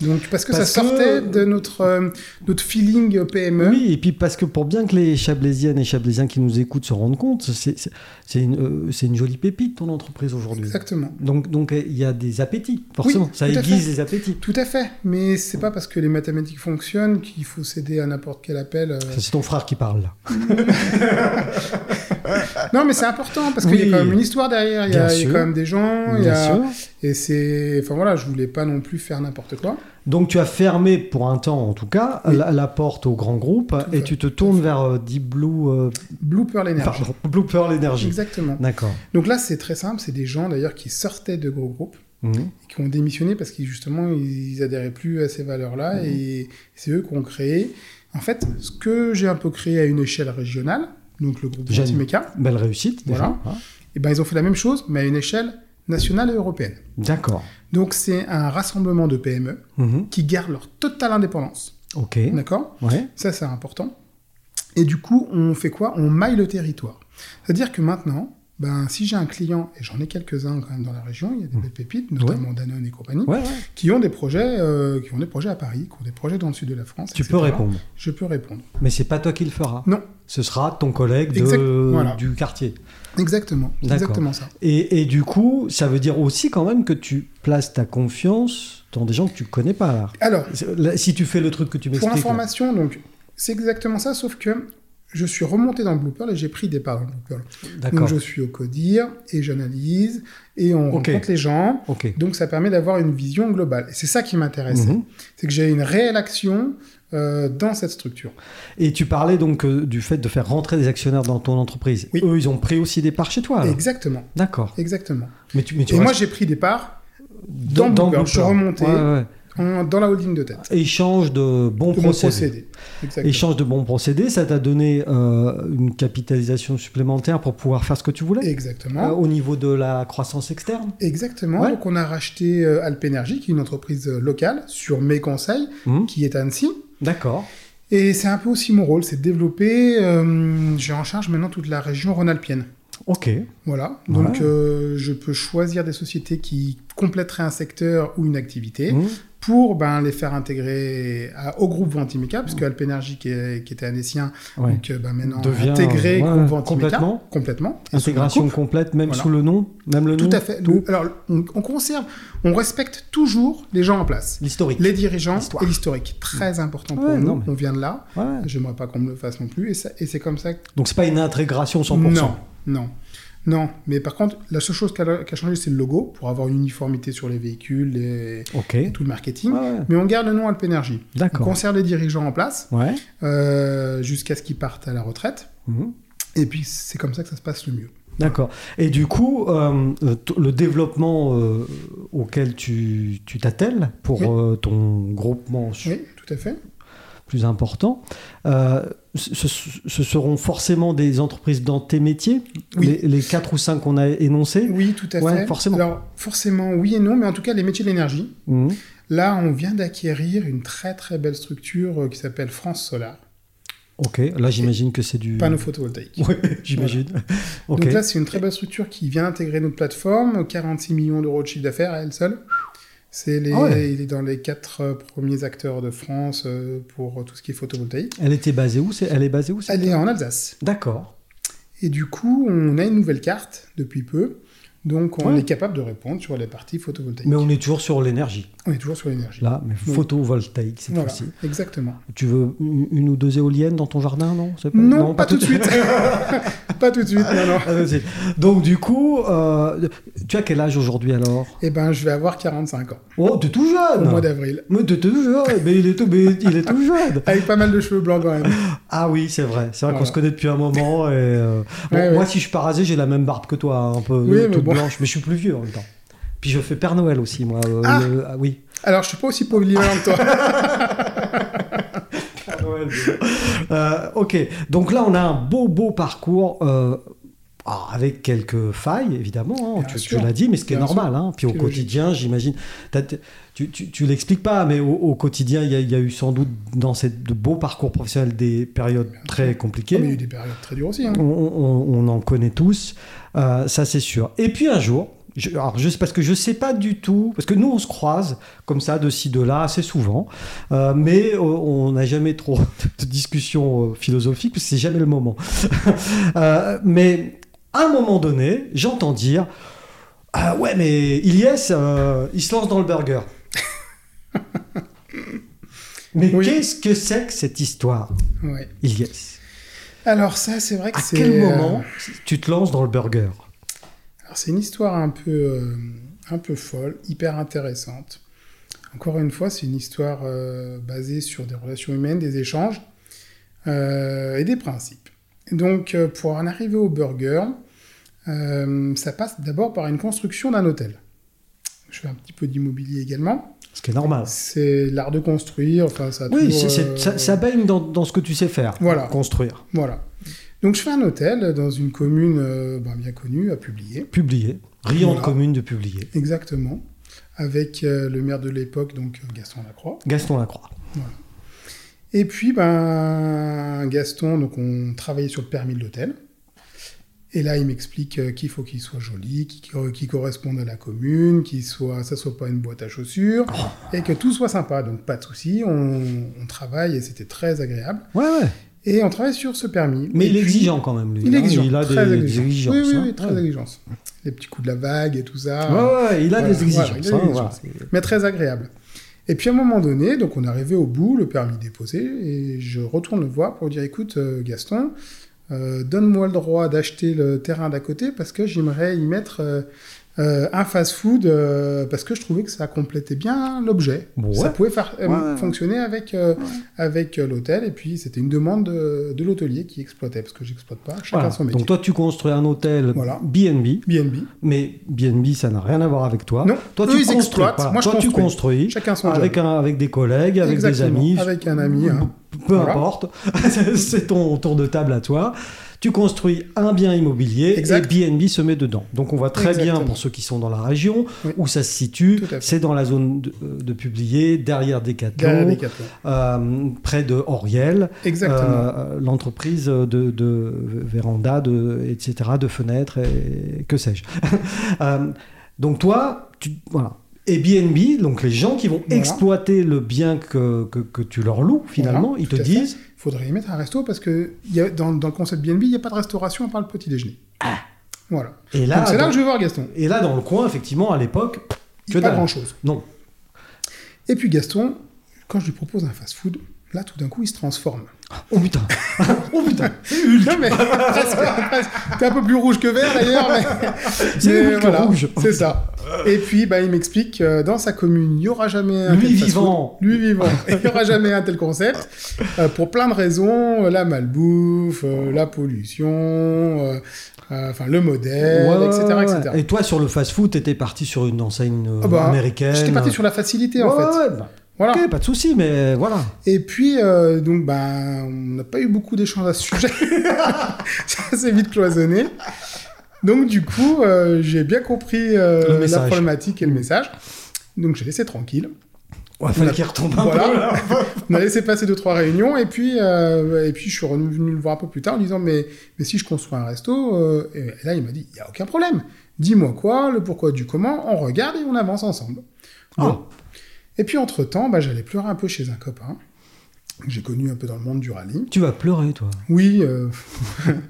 Donc, parce que Parce ça que- sortait de notre, euh, notre feeling E. PME. Oui, et puis parce que pour bien que les Chablaisiennes et Chablaisiens qui nous écoutent se rendent compte, c'est c'est- c'est une, euh, c'est une jolie pépite ton entreprise aujourd'hui. Exactement. Donc donc euh, il y a des appétits, forcément. ça tout à aiguise fait. les appétits. Tout à fait. Mais c'est pas parce que les mathématiques fonctionnent qu'il faut céder à n'importe quel appel. euh. Ça, C'est ton frère qui parle là. Non, mais c'est important parce qu'il y Oui. a quand même une histoire derrière. Il y Bien a, il y a sûr. quand même des gens. Ah, il y Bien a- sûr. Et c'est. Enfin voilà, je voulais pas non plus faire n'importe quoi. Donc tu as fermé pour un temps en tout cas Oui. la, la porte au grand groupe Tout à et fait, tu te tournes vers euh, Deep Blue, euh, Blue Pearl Energy. pardon, Blue Pearl Energy. Exactement. D'accord. Donc là, c'est très simple. C'est des gens d'ailleurs qui sortaient de gros groupes. Mhm. qui ont démissionné parce qu'ils justement ils adhéraient plus à ces valeurs-là Mhm. et c'est eux qui ont créé. En fait, ce que j'ai un peu créé à une échelle régionale, donc le groupe Génial. Antimeca, Belle réussite. Déjà. hein. et ben ils ont fait la même chose mais à une échelle nationale et européenne. D'accord. Donc c'est un rassemblement de PME Mhm. qui gardent leur totale indépendance. Ok. D'accord Ouais. Ça c'est important. Et du coup, on fait quoi On maille le territoire. C'est-à-dire que maintenant, ben, si j'ai un client, et j'en ai quelques-uns quand même dans la région, il y a des belles pépites, notamment Danone et compagnie, Mmh. Ouais, ouais. qui ont des projets, euh, qui ont des projets à Paris, qui ont des projets dans le sud de la France. Tu etc. peux répondre. Je peux répondre. Mais c'est pas toi qui le feras. Non, Ce sera ton collègue de- Exact- voilà. du quartier. exactement, c'est D'accord. exactement ça. Et, et du coup, ça veut dire aussi quand même que tu places ta confiance dans des gens que tu connais pas. là. Alors, C'est- là, si tu fais le truc que tu pour m'expliques. là. information, donc c'est exactement ça, sauf que je suis remonté dans le Blue Pearl et j'ai pris des parts dans le Blue Pearl. Donc D'accord. je suis au CODIR et j'analyse et on Ok. rencontre les gens. Ok. Donc ça permet d'avoir une vision globale. Et c'est ça qui m'intéresse, Mhm. c'est que j'ai une réelle action euh, dans cette structure. Et tu parlais donc euh, du fait de faire rentrer des actionnaires dans ton entreprise. Oui. Eux, ils ont pris aussi des parts chez toi. alors. Exactement, D'accord. exactement. Mais tu, mais Ah. tu et restes moi j'ai pris des parts dans, dans Blue Pearl. Je suis Blooper. remonté Ouais, ouais. en- dans la holding de tête. Échange de bons de mon procédés. procédé. Exactement. Échange de bons procédés, ça t'a donné euh, une capitalisation supplémentaire pour pouvoir faire ce que tu voulais Euh, Exactement. au niveau de la croissance externe. Exactement. Ouais. Donc on a racheté euh, Alp Energy, qui est une entreprise euh, locale sur mes conseils, Mhm. qui est à Annecy. D'accord. Et c'est un peu aussi mon rôle, c'est de développer. euh, J'ai en charge maintenant toute la région rhône-alpienne. Ok. Voilà. Donc Ouais. euh, je peux choisir des sociétés qui compléteraient un secteur ou une activité Mhm. pour ben, les faire intégrer à- au groupe Ventimeka, parce que Alp Energy, qui, est- qui était annécien, Mm. Ouais. donc euh, ben, maintenant Devient, intégré euh, ouais, groupe Ventimeka. complètement. Complètement. Et sous la Intégration coupe. complète, même Voilà. sous le nom, même le Tout nom. à fait. tout. Alors, on, on conserve, on respecte toujours les gens en place. L'historique. Les dirigeants L'histoire. et l'historique. Très important pour Ouais, nous. non, mais- On vient de là. Ouais. J'aimerais pas qu'on me le fasse non plus. Et, ça- et c'est comme ça que... Donc c'est pas une intégration 100%. Non, non. Non, mais par contre, la seule chose qui a, qui a changé, c'est le logo, pour avoir une uniformité sur les véhicules et, Ok. et tout le marketing. Ouais, ouais. Mais on garde le nom Alp Energy. On D'accord. conserve les dirigeants en place Ouais. euh, jusqu'à ce qu'ils partent à la retraite. Mhm. Et puis, c'est comme ça que ça se passe le mieux. D'accord. Et du coup, euh, euh, t- le développement euh, auquel tu tu t'attelles pour Oui. euh, ton groupement su- Oui, tout à fait. plus important, euh, ce, ce- ce seront forcément des entreprises dans tes métiers, Oui. les, les quatre ou cinq qu'on a énoncés. Oui, tout à Ouais, fait. forcément. Alors, forcément, oui et non, mais en tout cas, les métiers de l'énergie. Mhm. Là, on vient d'acquérir une très très belle structure euh, qui s'appelle France Solar, Ok. Là, j'imagine que c'est du. panneau photovoltaïque. Ouais, j'imagine. Mmh. Oh, Ok. Donc là, c'est une très belle structure qui vient intégrer notre plateforme, 46 millions d'euros de chiffre d'affaires à elle seule. C'est les, Ah ouais. Il est dans les quatre euh, premiers acteurs de France euh, pour tout ce qui est photovoltaïque. Elle était basée où c'est- Elle est basée où c'est- Elle est en Alsace. D'accord. Et du coup, on a une nouvelle carte depuis peu. Donc, on Ouais. est capable de répondre sur les parties photovoltaïques. Mais on est toujours sur l'énergie. On est toujours sur l'énergie. Là, mais Oui. photovoltaïque cette Voilà, fois-ci. exactement. Tu veux une une ou deux éoliennes dans ton jardin, non C'est Non, pas, tout de suite. pas tout de suite, non, non. Ah, vas-y. Donc du coup, euh, tu as quel âge aujourd'hui alors Eh ben, je vais avoir 45 ans Oh, t'es tout au jeune mois d'avril. Mais t'es tout jeune Mais il est tout, mais il est tout jeune Avec pas mal de cheveux blancs quand même. Ah oui, c'est vrai. C'est vrai qu'on Voilà. se connaît depuis un moment. Et, euh, bon, Ouais, ouais. Moi, si je suis pas rasé, j'ai la même barbe que toi, un peu Oui, euh, mais toute bon. blanche. Mais je suis plus vieux en même temps. Puis je fais Père Noël aussi, moi. euh, Ah. le- ah oui. Alors, je suis pas aussi polyvalent que toi. Ah, Euh, ok, donc là on a un beau beau parcours euh, Alors, avec quelques failles, évidemment, hein, Bien tu, tu sûr. l'as dit, mais ce qui est Bien normal. hein. Puis Ce au qui est logique. quotidien, j'imagine, t'as- t- tu, tu, tu l'expliques pas, mais au, au quotidien, il y, a- il y a eu sans doute dans ces de beaux parcours professionnels des périodes très compliquées. Ah, Mais il y a eu des périodes très dures aussi. hein. On, on- on en connaît tous, euh, ça c'est sûr. Et puis un jour, je, alors je, parce que je sais pas du tout, parce que nous on se croise comme ça de ci de là assez souvent, euh, mais euh, on n'a jamais trop de discussions euh, philosophiques parce que c'est jamais le moment. Euh, mais à un moment donné, j'entends dire. Ah ouais, mais Ilyes, euh, il se lance dans le burger. mais Oui. qu'est-ce que c'est que cette histoire, Ouais. Ilyes Alors ça, c'est vrai que à c'est... quel euh, moment tu te lances dans le burger Alors, c'est une histoire un peu, euh, un peu folle, hyper intéressante. Encore une fois, c'est une histoire euh, basée sur des relations humaines, des échanges euh, et des principes. Donc, euh, pour en arriver au burger, euh, ça passe d'abord par une construction d'un hôtel. Je fais un petit peu d'immobilier également. Ce qui est normal. C'est l'art de construire. Enfin, ça a Oui, toujours, c'est- c'est- euh, ça, ça baigne dans, dans ce que tu sais faire. Voilà. Construire, Voilà. Donc, je fais un hôtel dans une commune euh, ben, bien connue à publier. publier. Riante Voilà. commune de publier. Exactement. Avec euh, le maire de l'époque, donc euh, Gaston Lacroix. Gaston Lacroix. Et puis, ben, Gaston, donc on travaillait sur le permis de l'hôtel. Et là, il m'explique euh, qu'il faut qu'il soit joli, qu'il qu'il corresponde à la commune, qu'il soit, ça soit pas une boîte à chaussures, et que tout soit sympa. Donc, pas de souci, on, on travaille et c'était très agréable. Ouais, ouais. Et on travaille sur ce permis. Mais Et il est puis- exigeant quand même, lui. Il est hein. exigeant. Il a des, très des exigeant. exigences. Oui, oui, hein. oui, très exigeance. Les petits coups de la vague et tout ça. Ouais, ouais, ouais, il a Voilà, des exigences. voilà, il a des hein, exigences. mais très agréable. Et puis à un moment donné, donc on est arrivé au bout, le permis déposé, et je retourne le voir pour dire écoute euh, Gaston, euh, donne-moi le droit d'acheter le terrain d'à côté parce que j'aimerais y mettre euh, euh, un fast-food euh, parce que je trouvais que ça complétait bien l'objet. Bon, Ça ouais. pouvait faire, euh, Ouais, ouais, fonctionner avec, euh, avec euh, l'hôtel, et puis c'était une demande de, de l'hôtelier qui exploitait parce que j'exploite pas, chacun Voilà. son métier. Donc toi, tu construis un hôtel Voilà. B&B, BNB, mais B&B, ça n'a rien à voir avec toi. Non, toi, eux, tu ils construis. exploitent, voilà. moi, je toi, tu construis. construis. chacun son Avec, job. un, avec des collègues, avec Exactement, des amis. Avec un ami. hein. Peu Voilà. importe, c'est ton tour de table à toi. Tu construis un bien immobilier Exact. et BNB se met dedans. Donc on voit très bien Exactement. pour ceux qui sont dans la région Oui. où ça se situe. Tout à fait. C'est dans la zone de, euh, de publier, derrière Decathlon, Derrière les quatre. euh, près de Oriel, Exactement. euh, l'entreprise de, de véranda, de, etc., de fenêtres et que sais-je. Euh, donc toi, tu, voilà. Et BNB, donc les gens qui vont Voilà. exploiter le bien que, que, que tu leur loues, finalement, Voilà, ils te tout à fait. disent faudrait y mettre un resto parce que il y a- dans, dans le concept BNB, il n'y a pas de restauration à part le petit déjeuner. Voilà. Et là, Donc c'est là dans- que je vais voir Gaston. et là, dans le coin, effectivement, à l'époque, Il que n'y a pas dalle. grand chose. Non. Et puis Gaston, quand je lui propose un fast-food, là tout d'un coup il se transforme. Oh putain Oh putain Non mais presque, presque. t'es un peu plus rouge que vert d'ailleurs, mais, C'est mais Hulk rouge. c'est ça. Et puis bah il m'explique euh, dans sa commune il n'y aura jamais un Lui tel fast-food. vivant. lui vivant, il n'y aura jamais un tel concept euh, pour plein de raisons, euh, la malbouffe, euh, la pollution, euh, euh, enfin le modèle, Ouais, etc., ouais, etc. ouais. Et toi, sur le fast-food, t'étais parti sur une enseigne euh, Ah bah, américaine. J'étais parti sur la facilité en Ouais, fait. ouais, bah, Voilà. Ok, pas de souci, mais voilà. Et puis, euh, donc, ben, on n'a pas eu beaucoup d'échanges à ce sujet. Ça s'est vite cloisonné. Donc, du coup, euh, j'ai bien compris euh, Le la message. problématique et le message. Donc, j'ai laissé tranquille. Ouais, fallait a- qu'il retombe un Voilà. peu là. On a laissé passer deux, trois réunions. Et puis, euh, et puis je suis revenu le voir un peu plus tard en disant Mais, mais si je construis un resto euh, Et là, il m'a dit Il n'y a aucun problème. Dis-moi quoi, le pourquoi du comment. On regarde et on avance ensemble. Bon. Oh, Et puis, entre-temps, bah, j'allais pleurer un peu chez un copain que j'ai connu un peu dans le monde du rallye. tu vas pleurer, toi. Oui, euh,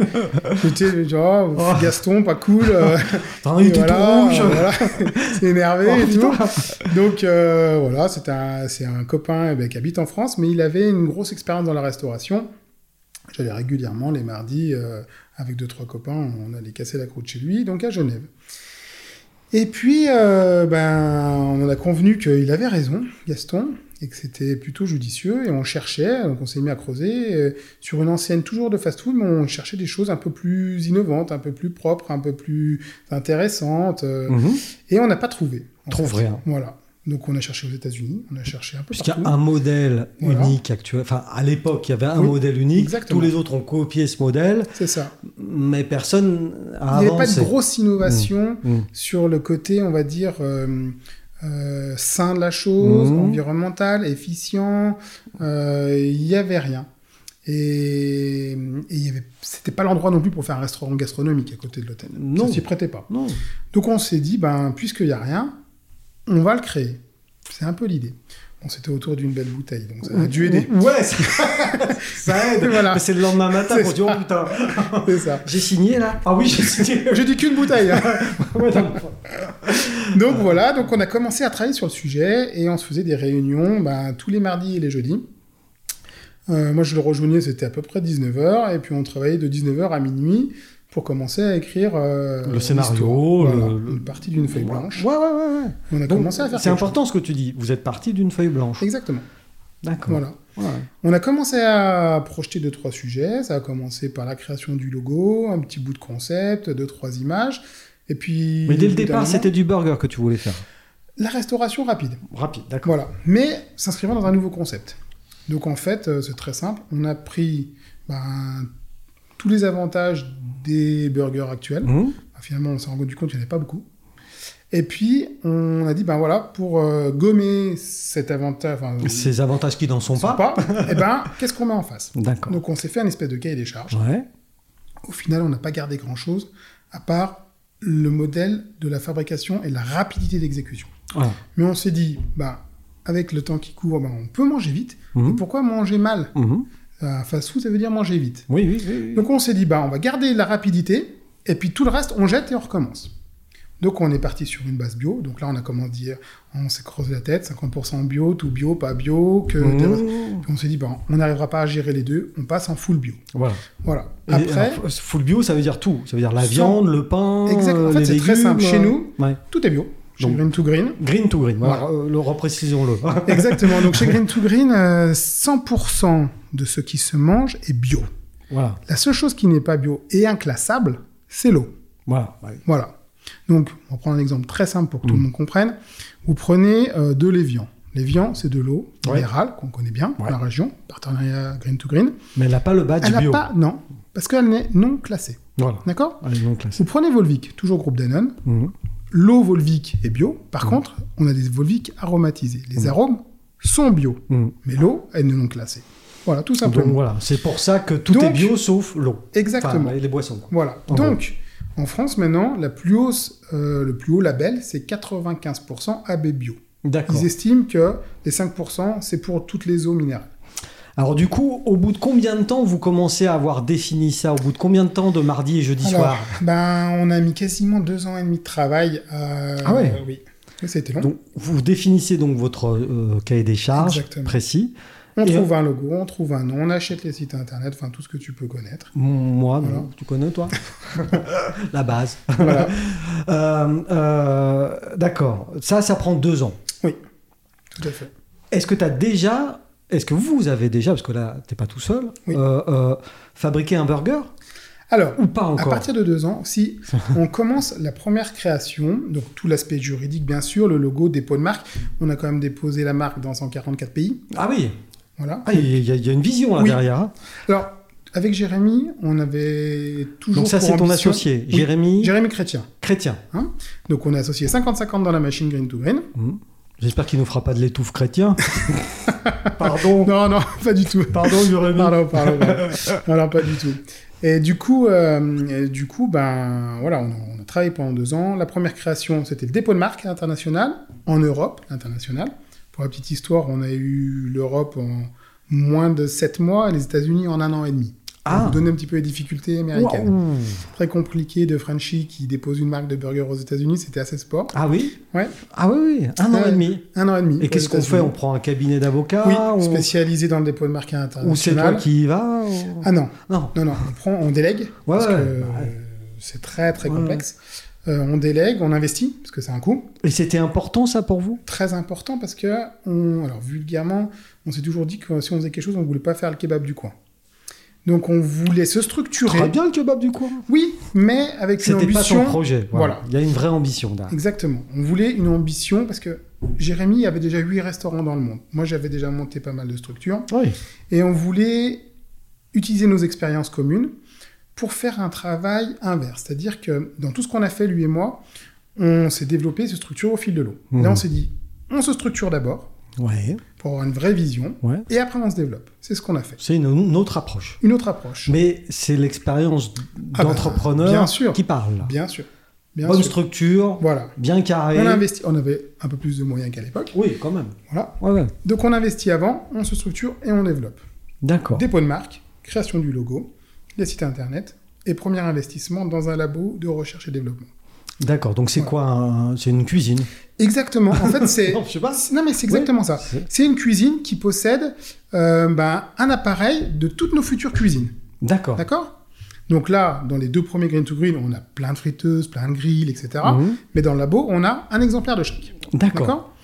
j'étais genre oh, Oh. Ah Gaston, pas cool. euh, T'as et un tout rouge. euh, voilà, c'est énervé Oh, et tout. putain. Donc euh, voilà, c'est un, c'est un copain eh ben, qui habite en France, mais il avait une grosse expérience dans la restauration. J'allais régulièrement les mardis euh, avec deux trois copains, on allait casser la croûte chez lui, donc à Genève. Et puis, euh, ben, on en a convenu qu'il avait raison, Gaston, et que c'était plutôt judicieux. Et on cherchait, donc on s'est mis à creuser euh, sur une ancienne toujours de fast-food, mais on cherchait des choses un peu plus innovantes, un peu plus propres, un peu plus intéressantes. euh, Mhm. et on n'a pas trouvé. en Trouve fait. rien. Voilà. Donc on a cherché aux États-Unis, on a cherché un peu Puisqu'il y partout. a un modèle Voilà. unique actuel. Enfin, à l'époque, il y avait un Oui, modèle unique. exactement. Tous les autres ont copié ce modèle. C'est ça. mais personne a Il n'y avait pas avancé. de grosse innovation Mm. sur le côté, on va dire, euh, euh, sain de la chose, Mhm. environnemental, efficient. euh, Il n'y avait rien. Et, et il y avait- c'était pas l'endroit non plus pour faire un restaurant gastronomique à côté de l'hôtel. Non. Ça s'y prêtait pas. Non. Donc on s'est dit, ben, puisqu'il n'y a rien, on va le créer. C'est un peu l'idée. On s'était autour d'une belle bouteille, donc ça a dû aider. Ouais, ça, ça aide. E. Voilà. Mais c'est le lendemain matin C'est qu'on dit oh putain, C'est ça. j'ai signé là. Ah oui, j'ai signé. J'ai dit qu'une bouteille. hein. Ouais, non. donc voilà, donc on a commencé à travailler sur le sujet et on se faisait des réunions ben, tous les mardis et les jeudis. Euh, moi je le rejoignais, c'était à peu près 19h, et puis on travaillait de 19h à minuit pour commencer à écrire euh, Le scénario, l'histoire. Voilà, le- le- une partie d'une feuille blanche. Ouais, ouais, ouais. ouais. On a Donc, commencé à faire c'est quelque important ce que tu dis. Vous êtes parti d'une feuille blanche. chose. Exactement. D'accord. Voilà. Ouais. On a commencé à projeter deux trois sujets. Ça a commencé par la création du logo, un petit bout de concept, deux trois images, et puis. Mais dès le au bout d'un départ, moment, c'était du burger que tu voulais faire. la restauration rapide. Rapide, d'accord. Voilà. Mais s'inscrivant dans un nouveau concept. Donc en fait, euh, c'est très simple. On a pris ben, tous les avantages des burgers actuels. Mhm. Ben, Finalement, on s'est rendu compte qu'il n'y en avait pas beaucoup. Et puis, on a dit, ben voilà, pour euh, gommer cet avantage, enfin, Ces avantages qui n'en sont pas. pas, eh ben, qu'est-ce qu'on met en face D'accord. Donc, on s'est fait un espèce de cahier des charges. Ouais. Au final, on n'a pas gardé grand-chose, à part le modèle de la fabrication et la rapidité d'exécution. Ouais. Mais on s'est dit, bah, avec le temps qui court, bah, on peut manger vite. Mhm. Et pourquoi manger mal Mhm. Un Fast-food, ça veut dire manger vite. Oui, oui, oui. oui. Donc on s'est dit, bah, on va garder la rapidité, et puis tout le reste, on jette et on recommence. Donc on est parti sur une base bio. Donc là, on a comment dire, on s'est creusé la tête, 50% bio, tout bio, pas bio. Que Mhm. Puis on s'est dit, bah, on n'arrivera pas à gérer les deux, on passe en full bio. Voilà. Voilà. Et Après, alors, full bio, ça veut dire tout. Ça veut dire la Sans- viande, le pain, Exact. En euh, fait, les c'est très légumes, simple. Chez euh, nous- ouais. tout est bio. Chez Donc- Green to Green. Green to green. Voilà. Voilà. euh, le reprécisons-le. Exactement. Donc chez Green to Green, euh, 100% de ce qui se mange est bio. voilà. La seule chose qui n'est pas bio et inclassable, c'est l'eau. Voilà. Ouais. Voilà. Donc, on va prendre un exemple très simple pour que Mm. tout le monde comprenne. Vous prenez euh, de l'évian. L'évian, c'est de l'eau Ouais. minérale qu'on connaît bien dans Ouais. la région, partenariat Green to Green. Mais elle n'a pas le badge Elle n'a bio. pas, non, parce qu'elle n'est non classée. Voilà. D'accord Elle est non classée. Vous prenez Volvic, toujours groupe Danone. Mhm. L'eau Volvic est bio. Mm. Par contre, on a des Volvic aromatisés. Les arômes sont bio. Mhm. Mais l'eau, elle est non classée. Voilà, tout Donc simplement. voilà, c'est pour ça que tout Donc- est bio sauf l'eau. Exactement. Enfin, et les boissons. quoi. Voilà. En Donc, en France, maintenant, la plus hausse, euh, le plus haut label, c'est 95% AB Bio. D'accord. Ils estiment que les 5%, c'est pour toutes les eaux minérales. Alors du coup, au bout de combien de temps vous commencez à avoir défini ça Au bout de combien de temps de mardi et jeudi Alors, soir ben, on a mis quasiment deux ans et demi de travail. euh, Ah ouais euh, Oui. Oui, C'était long. Donc vous définissez donc votre euh, cahier des charges Exactement. précis. on et- trouve un logo, on trouve un nom, on achète les sites internet, enfin tout ce que tu peux connaître. Moi, non, Voilà. tu connais toi La base. Voilà. Euh, euh, D'accord. Ça, ça prend deux ans. tout à fait. Est-ce que tu as déjà, est-ce que vous avez déjà, parce que là, t'es pas tout seul, Oui. euh, euh, fabriqué un burger Alors, ou pas À encore partir de deux ans, si on commence la première création, donc tout l'aspect juridique bien sûr, le logo, dépôt de marque, on a quand même déposé la marque dans 144 pays. Ah oui, Voilà. Ah, il y, a- il y a une vision là Oui. derrière. hein. Alors, avec Jérémy, on avait toujours. Donc ça, pour c'est ton ambition- associé, Oui, Jérémy Jérémy Chrétien. Chrétien. Donc on a associé 50-50 dans la machine Green to Green. Hmm. J'espère qu'il nous fera pas de l'étouffe chrétien. pardon, Non, non, pas du tout. pardon Jérémy. Pardon, pardon. pardon. non, non, pas du tout. Et du coup, euh, et du coup, ben voilà, on a, on a travaillé pendant deux ans. La première création, c'était le dépôt de marque international en Europe, international. Pour la petite histoire, on a eu l'Europe en moins de sept mois et les États-Unis en un an et demi. Pour Ah. Vous donner un petit peu les difficultés américaines. Waouh. Très compliqué de Frenchie qui dépose une marque de burger aux États-Unis, c'était assez sport. Ah oui Ouais. Ah oui, oui, un an Ouais. et demi. Un an et demi. Et qu'est-ce aux qu'on fait On États-Unis. prend un cabinet d'avocats Oui, on- spécialisé dans le dépôt de marque Ou c'est toi international. qui y vas ou- Ah non, Non. Non, non, on prend, on délègue, parce que ouais. euh, c'est très très Ouais. complexe. Euh, on délègue, on investit, parce que c'est un coût Et c'était important ça pour vous très important, parce que, on, alors vulgairement, on s'est toujours dit que si on faisait quelque chose, on ne voulait pas faire le kebab du coin. Donc on voulait se structurer. Très bien le kebab du coin. Oui, mais avec une C'était pas ambition. son projet. Voilà. Voilà. Il y a une vraie ambition derrière. Exactement. On voulait une ambition, parce que Jérémy avait déjà huit restaurants dans le monde. Moi, j'avais déjà monté pas mal de structures. Oui. Et on voulait utiliser nos expériences communes pour faire un travail inverse. C'est-à-dire que dans tout ce qu'on a fait, lui et moi, on s'est développé, se structure au fil de l'eau. Mhm. Là, on s'est dit, on se structure d'abord Ouais, pour avoir une vraie vision, ouais. et après on se développe. C'est ce qu'on a fait. C'est une, une autre approche. Une autre approche. Mais c'est l'expérience Ah bah, d'entrepreneur bien sûr. qui parle. Bien sûr. Bien Bonne sûr. structure, Voilà. bien carré. On a investi, on avait un peu plus de moyens qu'à l'époque. Oui, quand même. Voilà. Ouais, ouais. Donc on investit avant, on se structure et on développe. D'accord. Dépôt de marque, création du logo, les sites internet et premier investissement dans un labo de recherche et développement. D'accord. Donc c'est Ouais. quoi un- C'est une cuisine. Exactement. En fait, c'est Non, je sais pas. C'est- Non, mais c'est exactement ça. c'est- C'est une cuisine qui possède euh, ben, un appareil de toutes nos futures cuisines. D'accord. D'accord Donc là, dans les deux premiers Green to Green, on a plein de friteuses, plein de grilles, etc. Mhm. Mais dans le labo, on a un exemplaire de chaque. D'accord. D'accord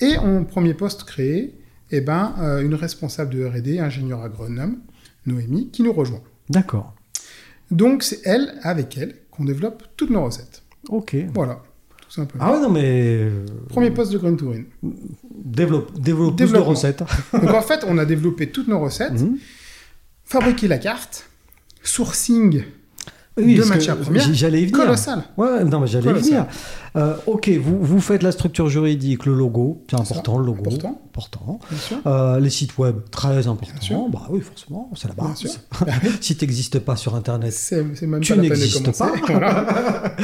Et en premier poste créé, eh ben, euh, une responsable de R&D, ingénieure agronome, Noémie, qui nous rejoint. D'accord. Donc c'est elle, avec elle, qu'on développe toutes nos recettes. Ok. Voilà, tout simplement. Ah ouais, non, mais. euh, Premier poste de Green to Green. Développe, développe plus de Développement. recettes. Donc en fait, on a développé toutes nos recettes. Mhm. fabriquer la carte, sourcing Oui, de parce que matières premières, j- J'allais y venir. colossal. Ouais, non, mais j'allais y Colossal. venir. Euh, ok, vous, vous faites la structure juridique, le logo, c'est ça, important, le logo. important. Important. Bien sûr. Euh, les sites web, très sûr. important. Bah oui, forcément, c'est la Bien base. sûr. si tu n'existes pas sur Internet, C'est c'est même Tu pas la peine de n'existes commencer. pas.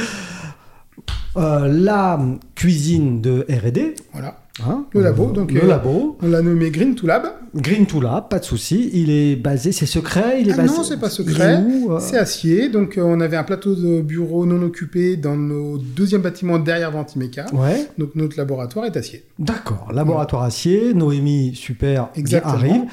Voilà. euh, la cuisine de R&D, Voilà. hein, Le labo, euh, donc, le euh, labo, On l'a nommé Green to Lab. Green to Lab, pas de souci. Il est basé, c'est secret. Il est Ah basé. non, c'est pas il est secret, où, euh, C'est acier. Donc euh, on avait un plateau de bureau non occupé dans nos deuxième bâtiment derrière Ventimecca. Ouais, Donc notre laboratoire est acier. d'accord. Laboratoire acier, Noémie, super, Exactement. arrive.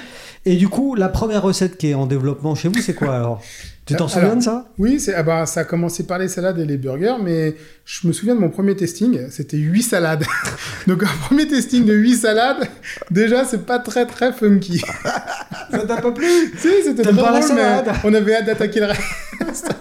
Et du coup, la première recette qui est en développement chez vous, c'est quoi alors Tu t'en Euh, Alors, souviens de ça Oui, c'est- ah bah, ça a commencé par les salades et les burgers, mais je me souviens de mon premier testing, c'était 8 salades. Donc un premier testing de 8 salades, déjà c'est pas très très funky. Ça t'a pas plu Si, c'était très Ah. T'aimes pas la drôle, mais salade on avait hâte d'attaquer le reste.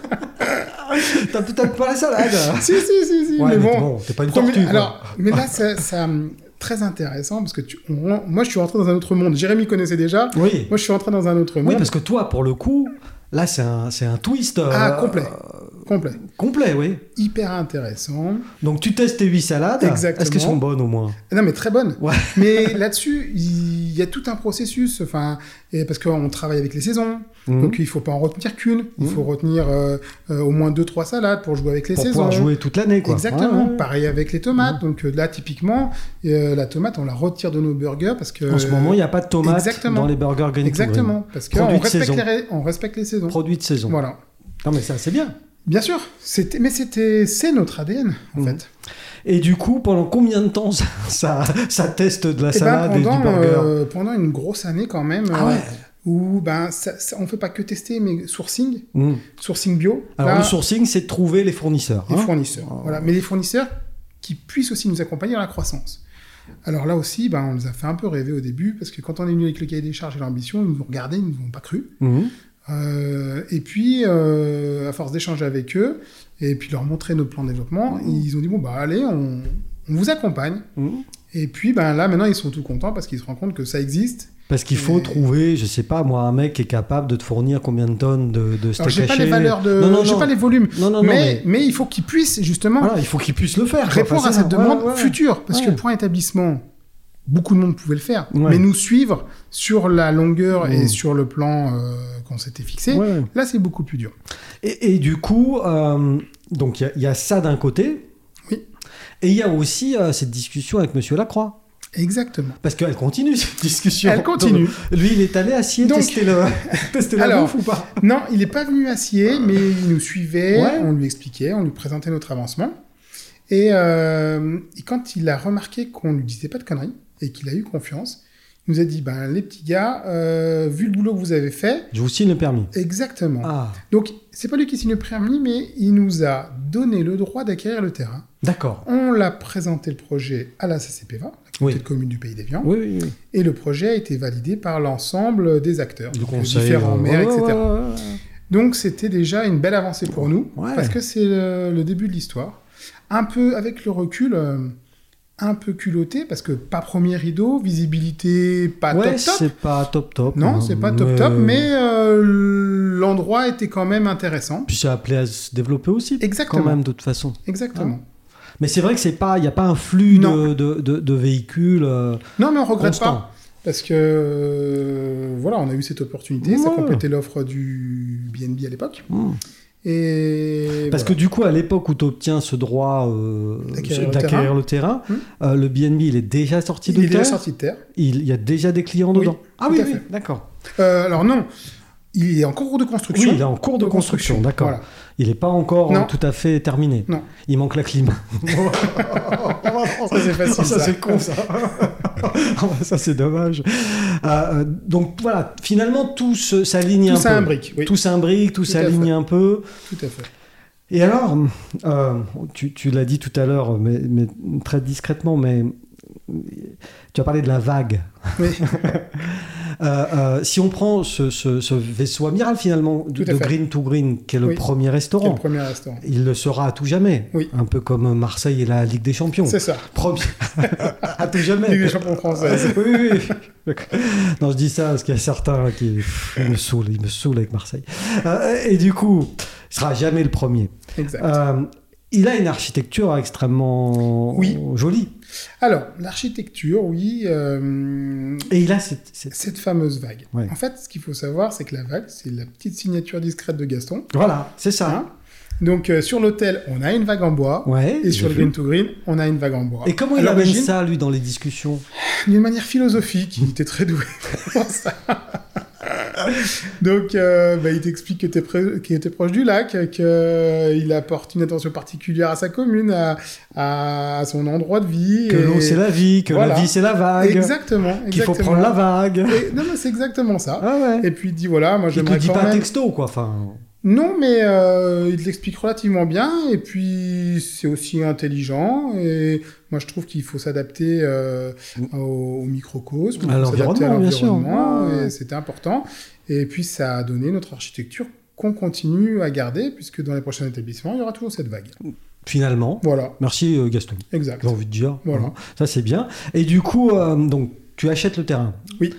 T'as peut-être pas la salade si, si, si, si, Ah, Ouais, mais bon. t'es pas une Premier- tortue. quoi. alors, mais là, ça, ça, hum, très intéressant parce que tu, on- moi, je suis rentré dans un autre monde. Jérémy connaissait déjà. oui. Moi, je suis rentré dans un autre monde. oui, parce que toi, pour le coup, là, c'est un, c'est un twist. euh, Ah, complet. euh, Complet. complet, oui. Hyper intéressant. Donc tu testes tes 8 salades. Exactement. Est-ce qu'elles sont bonnes au moins Non, mais très bonne. Ouais. Mais là-dessus, il y a tout un processus. Enfin, et parce qu'on travaille avec les saisons. Mhm. Donc, il faut pas en retenir qu'une. Il Mhm. faut retenir euh, euh, au moins deux, trois salades pour jouer avec les Pour saisons. pouvoir jouer toute l'année, quoi. hein. Exactement, Ouais. Mhm. pareil avec les tomates. Donc euh, là, typiquement, euh, la tomate, on la retire de nos burgers parce que. En ce moment, il n'y a pas de tomates exactement. dans les burgers Green Exactement, parce Produit qu'on de respecte, saison. les ra- on respecte les saisons. Produits de saison. Voilà. Non, mais ça, c'est bien. Bien sûr, c'était, mais c'était, c'est notre ADN en Mhm. fait. Et du coup, pendant combien de temps ça, ça, ça teste de la Eh ben, salade et du pendant, burger euh, pendant une grosse année quand même, Ah euh, ouais où ben ça, ça- on fait pas que tester, mais sourcing, Mm. sourcing bio, Alors, là, le sourcing, c'est de trouver les fournisseurs. les hein. fournisseurs. Oh. Voilà, mais les fournisseurs qui puissent aussi nous accompagner dans la croissance. Alors là aussi, ben, on les a fait un peu rêver au début parce que quand on est venu avec le cahier des charges et l'ambition, ils nous ont regardé, ils nous ont pas cru. Mhm. Euh, et puis, euh, à force d'échanger avec eux, et puis leur montrer nos plans de développement, Ah. ils ont dit, bon, bah allez, on, on vous accompagne. Mhm. Et puis, ben, là, maintenant, ils sont tout contents parce qu'ils se rendent compte que ça existe. Parce qu'il faut Mais- trouver, je sais pas, moi, un mec qui est capable de te fournir combien de tonnes de, de steak Alors, j'ai pas haché. les valeurs de... Non, non, j'ai non. pas les volumes. Non, non, non, mais, mais... mais il faut qu'ils puissent, justement, Voilà, il faut qu'il puisse le faire. quoi. répondre Enfin, à c'est cette ça. Ouais, demande ouais. future. Parce que Ouais. pour un établissement, beaucoup de monde pouvait le faire. Ouais. Mais nous suivre sur la longueur et Mhm. sur le plan euh, qu'on s'était fixé, Ouais. là, c'est beaucoup plus dur. Et, et du coup, euh, donc il y a- il y, a ça d'un côté. Oui. Et il y a aussi euh, cette discussion avec Monsieur Lacroix. Exactement. Parce qu'elle continue cette discussion. Elle continue. Donc, lui, il est allé assier Donc- tester, le, tester la Alors, bouffe ou pas Non, il n'est pas venu acier, mais il nous suivait, Ouais. on lui expliquait, on lui présentait notre avancement. Et, euh, et quand il a remarqué qu'on ne lui disait pas de conneries et qu'il a eu confiance, il nous a dit ben, les petits gars, euh, vu le boulot que vous avez fait, Je vous signe le permis. exactement. Ah, Donc, c'est pas lui qui signe le permis, mais il nous a donné le droit d'acquérir le terrain. d'accord. On l'a présenté le projet à la CCPVA, la communauté Oui. de communes du Pays des Viands, Oui, oui, oui. et le projet a été validé par l'ensemble des acteurs, Du donc conseil. différents euh, maires, ouais, etc. ouais, ouais, ouais. Donc c'était déjà une belle avancée pour nous, Ouais. parce que c'est le, le début de l'histoire. Un peu avec le recul, euh, un peu culotté parce que pas premier rideau, visibilité pas ouais, Ah, top top. c'est pas top top. Non, hein, c'est pas top top, mais euh, l'endroit était quand même intéressant. Puis c'est appelé à se développer aussi, Exactement. quand même, de toute façon. Exactement. Mais c'est vrai que c'est pas, il n'y a pas un flux de, Non. de, de- de véhicules euh, Non, mais on regrette constant. pas parce que euh, voilà, on a eu cette opportunité, ça Ouais. complétait l'offre du BNB à l'époque. Hmm. Et Parce que du coup, à l'époque où tu obtiens ce droit euh, D'acquérir le d'acquérir le terrain, Hmm. euh, le BNB, il est déjà sorti il de est déjà terre sorti de terre. Il il y a déjà des clients Oui, dedans Ah tout oui, à oui, fait. d'accord. Euh, alors non, il est en cours de Oui, construction. il est en cours de construction, d'accord. Voilà. Il n'est pas encore Non. euh, tout à fait terminé. Non. Il manque la clim. Ça c'est facile. ça. ça. Ah, ça c'est dommage. Euh, euh, donc voilà, finalement tout se- s'aligne un Tout peu. ça un brique. Oui, tout... Tout s'imbrique, tout Tout à s'aligne fait. un peu. à fait. Et alors, euh, tu, tu l'as dit tout à l'heure, mais, mais très discrètement, mais tu as parlé de la vague. Oui. Euh, euh, si on prend ce, ce- ce vaisseau amiral finalement de, Tout à de fait. Green to Green, qui est le Oui. premier Quel restaurant, premier restaurant. il le sera à tout jamais. Oui. Un peu comme Marseille et la Ligue des Champions. C'est ça. Premier... à tout jamais. Ligue des champions françaises. oui, oui, oui. D'accord. Non, je dis ça parce qu'il y a certains qui pff, ils me saoulent, ils me saoulent avec Marseille. Euh, et du coup, il sera jamais le premier. Exact. Euh, il a une architecture extrêmement Oui. jolie. Alors, l'architecture, oui, euh, Et il a cette. cette- cette fameuse vague. Ouais. En fait, ce qu'il faut savoir, c'est que la vague, c'est la petite signature discrète de Gaston. Voilà, c'est ça. Hein Donc, euh, sur l'hôtel, on a une vague en bois. Hein. ouais. Et j'ai sur le vu. Green to Green, on a une vague en bois. Et comment À il amène l'origine, ça, lui, dans les discussions D'une manière philosophique, il était très doué pour ça. Donc, euh, bah, il t'explique que t'es pré- qu'il était proche du lac, qu'il apporte une attention particulière à sa commune, à, à son endroit de vie. Que et- l'eau, c'est la vie, que Voilà. la vie, c'est la vague, Exactement. qu'il faut exactement. prendre la vague. Et- non, mais c'est exactement ça. Ah ouais. Et puis il dit voilà, moi Il te le j'aimerais dit quand pas même. texto, quoi. Enfin, Non, mais euh, il te l'explique relativement bien. Et puis c'est aussi intelligent. Et moi je trouve qu'il faut s'adapter euh, au, au microcosme, il À faut s'adapter l'environnement, bien sûr. l'environnement, Ouais. Et c'était important. Et puis ça a donné notre architecture qu'on continue à garder, puisque dans les prochains établissements, il y aura toujours cette vague. finalement. Voilà, Merci, euh, Gaston. exact. J'ai envie de dire. Voilà. Ça, c'est bien. Et du coup, euh, donc, tu achètes le terrain. Oui.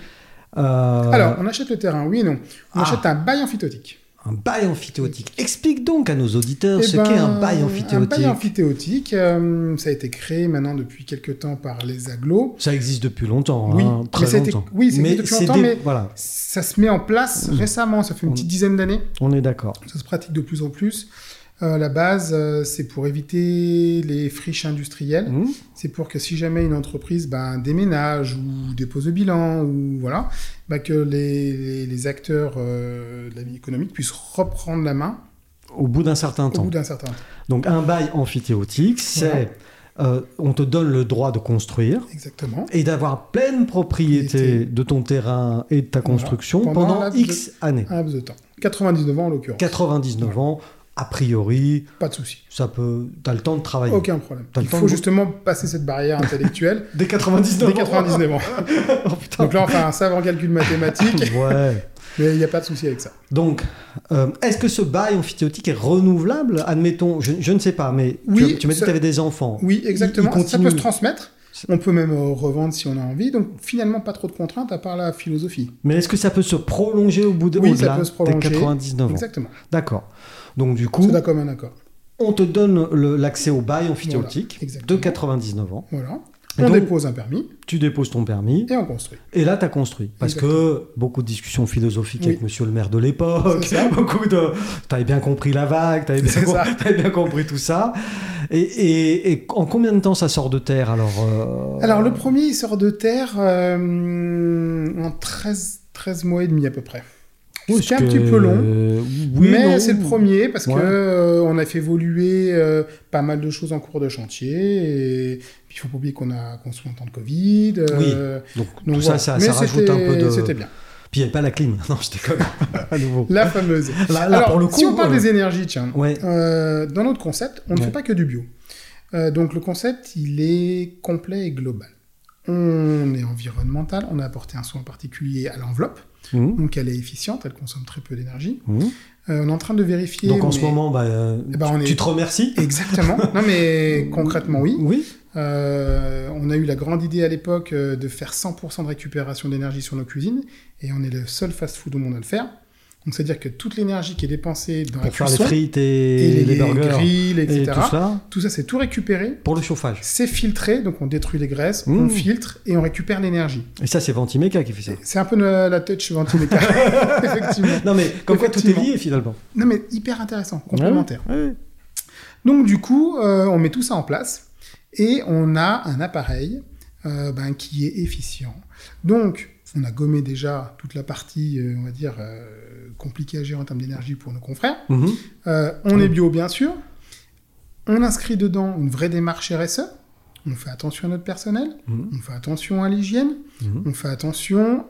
Euh, Alors, on achète le terrain, oui et non. On Ah. achète un bail amphithéotique. un bail amphithéotique. Explique donc à nos auditeurs Eh ce ben, qu'est un bail Un bail amphithéotique. amphithéotique, euh, ça a été créé maintenant depuis quelques temps par les agglos. Ça existe depuis longtemps, Oui, hein, mais très ça a été- longtemps. oui, ça existe depuis c'est longtemps, mais- Voilà, Ça se met en place récemment, ça fait une Mm. On- petite dizaine d'années. on est d'accord. Ça se pratique de plus en plus. Euh, la base, euh, c'est pour éviter les friches industrielles. Hmm C'est pour que si jamais une entreprise ben, déménage ou dépose le bilan, ou voilà, ben, que les, les- les acteurs euh, de la vie économique puissent reprendre la main Au bout d'un certain au temps. bout d'un certain temps. Donc, un bail amphithéotique, c'est... euh, on te donne le droit de construire Exactement. et d'avoir pleine propriété Propriété. de ton terrain et de ta Voilà. construction Pendant pendant la- X années. Un laps de Ah. temps. 99 ans en l'occurrence. 99 ans, a priori, Pas de souci. ça peut, t'as le temps de travailler. Aucun problème. T'as le Il temps faut de- justement passer cette barrière intellectuelle Dès dès 99 99 ans. Oh, putain. Donc là, on fait un savant calcul mathématique, ouais. mais il n'y a pas de souci avec ça. Donc, euh, est-ce que ce bail amphithéotique est renouvelable Admettons, je, je ne sais pas, mais tu- Oui, tu, m'as dit que ça- tu avais des enfants. Oui, exactement. Il- il ça peut continue. se transmettre. On peut même euh, revendre si on a envie. Donc finalement, pas trop de contraintes à part la philosophie. Mais est-ce que ça peut se prolonger au bout de Oui, au-delà ça peut se des prolonger. 99 ans Exactement. D'accord. Donc, du coup, C'est d'accord, un accord. on te donne le- l'accès au bail amphithéotique Voilà, exactement. de 99 ans. Voilà. Et on donc- dépose un permis Tu déposes ton permis et on construit. et là, tu as construit. Parce que beaucoup de discussions philosophiques Oui. avec monsieur le maire de l'époque, C'est ça. beaucoup de. T'avais bien compris la vague, t'avais bien, C'est com- ça. t'avais bien compris tout ça. Et, et- et en combien de temps ça sort de terre alors euh, Alors le premier, il sort de terre euh, en 13, 13 mois et demi à peu près. Oui, C'était un ce petit Oh, que- peu long. Oui, non. mais c'est le premier parce Ouais. que euh, on a fait évoluer euh, pas mal de choses en cours de chantier. Et puis il faut pas oublier qu'on a construit en temps de Covid. euh, Donc, donc tout ça, voilà. ça, Mais ça rajoute c'était- un peu de. C'était bien. Puis il n'y avait pas la clim. Non, je déconne. à nouveau. La fameuse. Là, là, Alors, pour le coup. si on parle euh, des énergies, tiens, Ouais. euh, dans notre concept, on ne Ouais. fait pas que du bio. Euh, donc le concept, il est complet et global. On est environnemental, on a apporté un soin particulier à l'enveloppe, Mhm. donc elle est efficiente, elle consomme très peu d'énergie. Mhm. Euh, on est en train de vérifier. Donc en ce mais- moment, bah, euh, Eh ben, on tu est- tu te remercies Exactement. Non mais concrètement oui. Oui. Euh, Euh, on a eu la grande idée à l'époque euh, de faire 100% de récupération d'énergie sur nos cuisines, et on est le seul fast-food au monde à le faire. Donc c'est-à-dire que toute l'énergie qui est dépensée dans la Pour faire les cuisson, frites et, et les, les burgers grilles, et etc. tout ça, tout ça, c'est tout récupéré, pour le chauffage. c'est filtré, donc on détruit les graisses, Mmh. on filtre et on récupère l'énergie. Et ça, c'est Ventimeka qui fait ça. C'est un peu euh, la touch Ventimega, effectivement. Non, mais comme quoi tout est Effectivement. lié finalement. Non mais hyper intéressant, complémentaire. Ouais. Donc du coup, euh, on met tout ça en place et on a un appareil euh, ben, qui est efficient. Donc, on a gommé déjà toute la partie, euh, on va dire, euh, compliquée à gérer en termes d'énergie pour nos confrères. Mhm. Euh, on Oui. est bio, bien sûr. On inscrit dedans une vraie démarche RSE. On fait attention à notre personnel. Mhm. On fait attention à l'hygiène. Mhm. On fait attention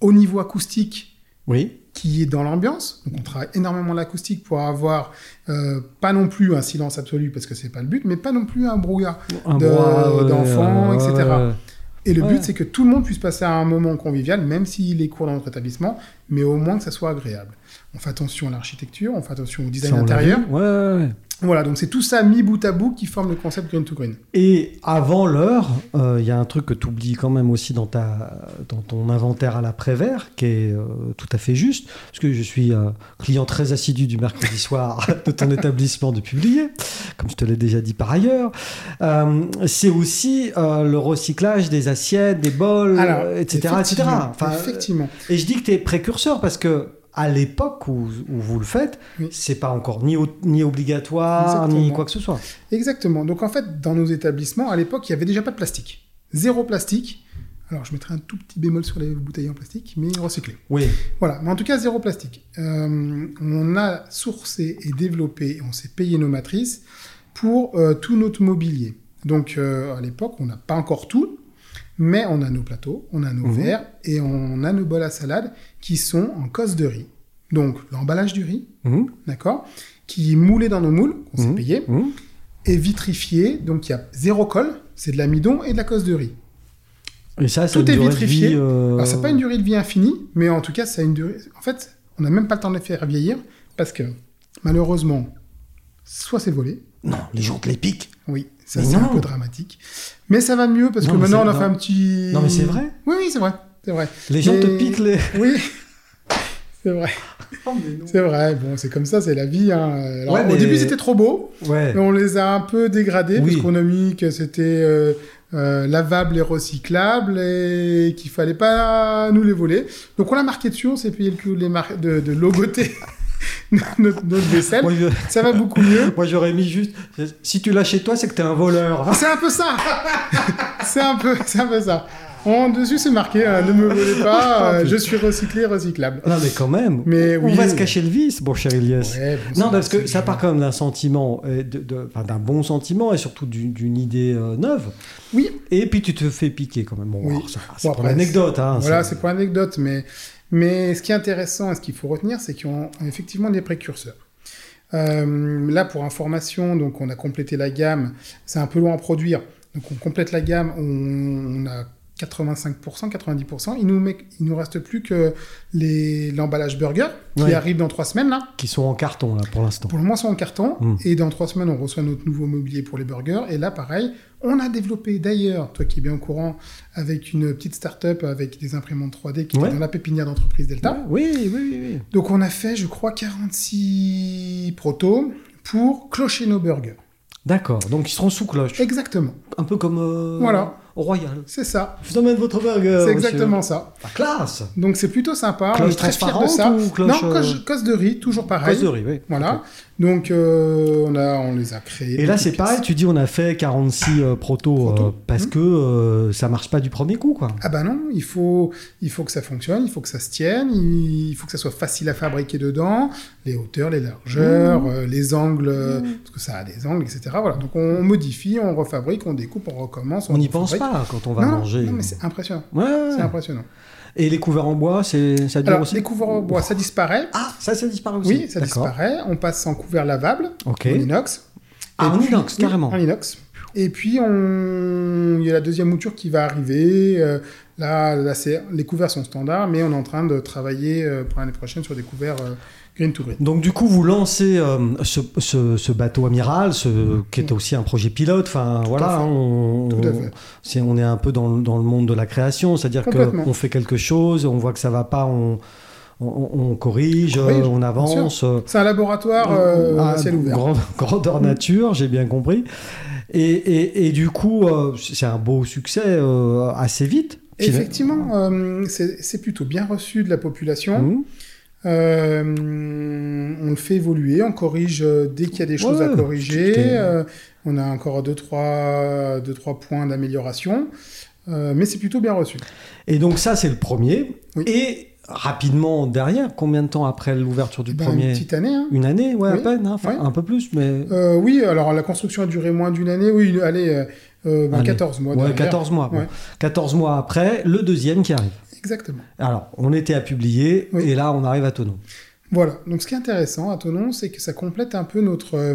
au niveau acoustique Oui. qui est dans l'ambiance. Donc on travaille énormément l'acoustique pour avoir euh, pas non plus un silence absolu parce que c'est pas le but, mais pas non plus un brouillard. Un De- bras, ouais, d'enfants, ouais, etc. ouais. Et le Ouais. but c'est que tout le monde puisse passer à un moment convivial, même s'il est court dans notre établissement, mais au moins que ça soit agréable. On fait attention à l'architecture, on fait attention au design Ça, on l'a intérieur. vu. Ouais, ouais, ouais. Voilà, donc c'est tout ça mis bout à bout qui forme le concept Green to Green. Et avant l'heure, euh, il y a un truc que tu oublies quand même aussi dans, ta, dans ton inventaire à l'après-vert, qui est euh, tout à fait juste, parce que je suis euh, client très assidu du mercredi soir de ton établissement de publier, comme je te l'ai déjà dit par ailleurs. Euh, c'est aussi euh, le recyclage des assiettes, des bols, euh, etc. etc. effectivement, Enfin, euh, effectivement. et je dis que tu es précurseur parce que à l'époque où, où vous le faites, Oui. c'est pas encore ni, au- ni obligatoire, ni Exactement. quoi que ce soit. Exactement. Donc en fait, dans nos établissements, à l'époque, il y avait déjà pas de plastique. Zéro plastique. Alors je mettrai un tout petit bémol sur les bouteilles en plastique, mais recyclées. Oui. Voilà, mais en tout cas, zéro plastique. Euh, on a sourcé et développé, et on s'est payé nos matrices pour euh, tout notre mobilier. Donc euh, à l'époque, on n'a pas encore tout, mais on a nos plateaux, on a nos Mhm. verres et on a nos bols à salade qui sont en cosse de riz. Donc l'emballage du riz, Mhm. d'accord, qui est moulé dans nos moules, on s'est Mhm. payé, Mhm. et vitrifié, donc il y a zéro colle, c'est de l'amidon et de la cosse de riz. Et ça, ça Tout a une est durée de vitrifié. vie, euh, Alors, c'est pas une durée de vie infinie, mais en tout cas, ça a une durée. En fait, on n'a même pas le temps de les faire vieillir parce que malheureusement, soit c'est volé. Non, les gens te les piquent. Oui, ça Mais c'est un non. peu dramatique. Mais ça va mieux parce Non, que mais maintenant c'est- on a non. fait un petit. Non, mais c'est vrai. Oui, oui, c'est vrai. C'est vrai. Les gens te Mais- Oh, piquent les. Oui. c'est vrai. C'est vrai. Bon, c'est comme ça, c'est la vie. hein. Alors, Ouais, au mais- début, c'était trop beau. Ouais. mais on les a un peu dégradés Oui. parce qu'on a mis que c'était. euh, euh, lavable et recyclable et qu'il fallait pas nous les voler. Donc on l'a marqué dessus, on s'est payé le cul de, les mar- de, de logoter notre, notre vaisselle. Moi, je- Ça va beaucoup mieux. moi, j'aurais mis juste. Si tu l'as chez toi, c'est que t'es un voleur. C'est un peu ça. c'est un peu, c'est un peu ça. En dessus c'est marqué euh, ne me volez pas, euh, je suis recyclé, recyclable. Non, mais quand même. Mais on oui. va se cacher le vice, bon cher Elias. Ouais, bon, Non, c'est- parce que c'est ça bien. part quand même d'un sentiment, euh, de- de- enfin, d'un bon sentiment et surtout d'une d'une idée euh, neuve. Oui. Et puis tu te fais piquer quand même. Bon, Oui. alors, ça, c'est Bon, pour après, l'anecdote. Hein, Voilà, c'est pour l'anecdote, mais, mais ce qui est intéressant et ce qu'il faut retenir, c'est qu'ils ont effectivement des précurseurs. Euh, là, pour information, donc on a complété la gamme, c'est un peu long à produire, donc on complète la gamme, on, on a 85%, 90%, il nous, met, il nous reste plus que les- l'emballage burger qui Ouais. arrive dans trois semaines là. Qui sont en carton là pour l'instant. Pour le moment, c'est en carton. Mm. Et dans trois semaines, on reçoit notre nouveau mobilier pour les burgers. Et là, pareil, on a développé d'ailleurs, toi qui es bien au courant, avec une petite start-up avec des imprimantes 3D qui Ouais. était dans la pépinière d'entreprise Delta. Oui, oui, oui, oui. Donc, on a fait, je crois, 46 protos pour clocher nos burgers. D'accord. Donc ils seront sous cloche, Exactement. un peu comme euh, Voilà. au Royal. C'est ça. Je vous emmène votre burger. C'est Ah, monsieur. exactement ça. La classe. Donc, c'est plutôt sympa. on Cloche est très fiers de transparente ça. ou cloche, non, Ah euh, cloche, cloche de riz, toujours pareil. Cause de riz, oui. Voilà. Donc, euh, on, a, on les a créés. Et là, c'est pareil, tu dis on a fait 46 euh, protos euh, Protos. Hmm. parce que euh, ça marche pas du premier coup, quoi. Ah bah non, il faut, il faut que ça fonctionne, il faut que ça se tienne, il faut que ça soit facile à fabriquer dedans, les hauteurs, les largeurs, euh, les angles, euh, parce que ça a des angles, etc. Voilà, donc on, on modifie, on refabrique, on découpe, on recommence. On n'y pense refabrique. pas quand on va non, non, manger. Non, mais c'est impressionnant. Ouais, ouais. C'est impressionnant. Et les couverts en bois, c'est ça dure Alors, aussi. les couverts au bois, ça disparaît. Ah, ça, ça disparaît aussi. Oui, ça D'accord. disparaît. On passe en couvert lavable, Ok. en inox. Ah, Et en puis- inox, oui, carrément. En inox. Et puis, on... il y a la deuxième mouture qui va arriver. Euh, là, là c'est... les couverts sont standards, mais on est en train de travailler euh, pour l'année prochaine sur des couverts euh, green to green. Donc du coup, vous lancez euh, ce, ce- ce bateau amiral, ce, qui est aussi un projet pilote. Enfin Mm-hmm. à voilà, fait. on, Tout à on- fait. c'est- on est un peu dans, le- dans le monde de la création, c'est-à-dire Complètement. qu'on fait quelque chose, on voit que ça va pas, on, on- on corrige, On corrige, euh, on avance. euh, C'est un laboratoire euh, Mm-hmm. à à ciel ouvert. ah, grand- grandeur nature, j'ai bien compris. Et, et- et du coup, euh, c'est un beau succès euh, assez vite. Effectivement, euh, c'est c'est plutôt bien reçu de la population. Mmh. Euh, on le fait évoluer, on corrige euh, dès qu'il y a des choses Ouais, à corriger. c'était- euh, on a encore deux trois, deux, trois points d'amélioration. euh, mais c'est plutôt bien reçu. Et donc ça, c'est le premier. Oui. Et rapidement derrière, combien de temps après l'ouverture du Ben, premier Une petite année. hein. Une année, ouais, à Oui, peine, hein. Enfin, ouais. un peu plus, mais Euh, oui, alors la construction a duré moins d'une année. Oui, une- allez, euh, euh, ben, Allez. 14 mois. ouais, derrière. 14 mois. bon. Ouais. 14 mois après, le deuxième qui arrive. Exactement. Alors, on était à publier, Oui. et là, on arrive à Tonon. Voilà. Donc ce qui est intéressant à Tonon, c'est que ça complète un peu notre, euh,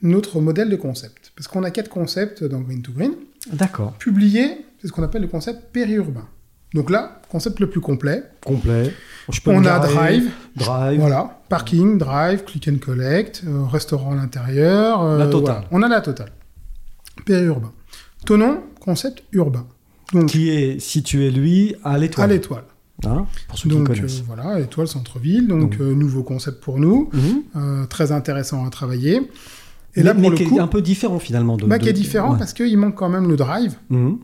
notre modèle de concept. Parce qu'on a quatre concepts dans Green to Green. D'accord. Publié, c'est ce qu'on appelle le concept périurbain. Donc là, concept le plus complet. Complet. Je peux on me a garer. Drive, Drive. Voilà, parking, drive, click and collect, euh, restaurant à l'intérieur. euh, La totale. voilà. On a la totale. Périurbain. Tonon, concept urbain. Donc, Qui est situé, lui, à à l'étoile. l'étoile. hein, pour ceux qui Donc, connaissent. euh, voilà, étoile, centre-ville. Donc, euh, nouveau concept pour nous. Mhm. euh, très intéressant à travailler. Et Mais- là, mais pour qui le est coup, un peu différent finalement de. bah, de- qui est différent ouais. parce qu'il manque quand même le drive. Mhm.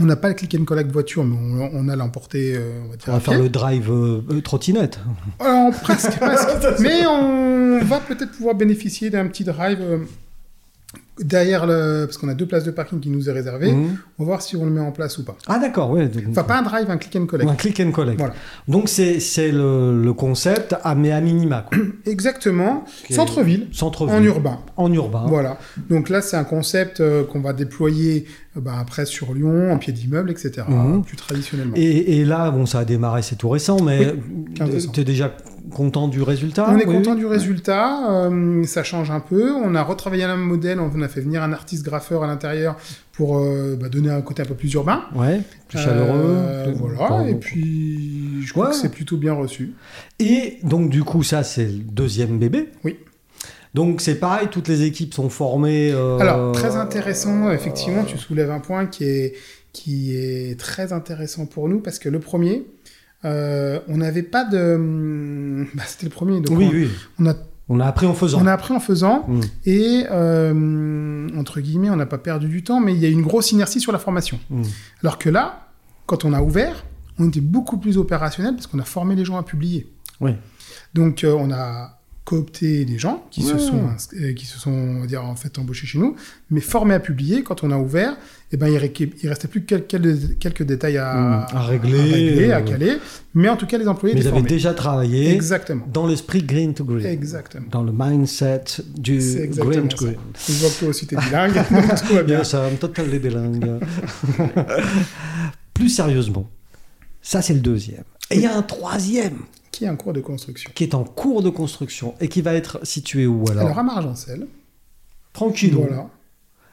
On n'a pas le click and collect voiture, mais on, on a l'emporté, euh, on va dire. On va à faire pied. le drive euh, euh, trottinette. Alors, presque, presque. Mais on va peut-être pouvoir bénéficier d'un petit drive euh, derrière le. Parce qu'on a deux places de parking qui nous est réservée. Mhm. On va voir si on le met en place ou pas. Ah d'accord, ouais. Enfin, pas un drive, un click and collect. un click and collect. Voilà. Donc c'est c'est le, le concept, à, mais à minima. quoi. Exactement. Ok. Centre-ville, Centre-ville. en urbain. En urbain. Voilà. Donc là, c'est un concept euh, qu'on va déployer euh, bah, après sur Lyon, en pied d'immeuble, etc. Mhm. Plus traditionnellement. Et, et là, bon, ça a démarré, c'est tout récent, mais 15 décembre. tu es déjà content du résultat on est Oui, content oui. du résultat, euh, ça change un peu. On a retravaillé le même modèle, on a fait venir un artiste graffeur à l'intérieur pour euh, bah, donner un côté un peu plus urbain. Ouais, plus chaleureux. Euh, plus- voilà, Enfin, et bon. puis je crois Ouais. que c'est plutôt bien reçu. Et donc, du coup, ça, c'est le deuxième bébé. Oui. Donc, c'est pareil, toutes les équipes sont formées. euh, Alors, très intéressant, effectivement, tu soulèves un point qui est, qui est très intéressant pour nous, parce que le premier, euh, on n'avait pas de... hum, bah, C'était le premier, donc Oui, on, oui. on a, On a appris en faisant. on a appris en faisant, Mm. et euh, entre guillemets, on n'a pas perdu du temps, mais il y a eu une grosse inertie sur la formation. Mm. Alors que là, quand on a ouvert, on était beaucoup plus opérationnel, parce qu'on a formé les gens à publier. Oui. Donc, euh, on a coopté des gens qui se Ouais. sont, ins- euh, qui se sont on va dire, en fait embauchés chez nous, mais formés à publier. Quand on a ouvert, eh ben, il, ré- il restait plus que quelques, quelques détails à, Mm, à régler, à, régler, à euh, caler. Mais en tout cas, les employés Mais ils étaient avaient formés. déjà travaillé Exactement. dans l'esprit green to green. Exactement. Dans le mindset du C'est green exactement to ça. green. Je vois que toi aussi t'es bilingue, donc tout va bien. Bien ça, total des langues. Plus sérieusement, ça, c'est le deuxième. Et il y a un troisième Qui est un cours de construction. qui est en cours de construction et qui va être situé où alors, Alors, à Margencel, Tranquille. voilà.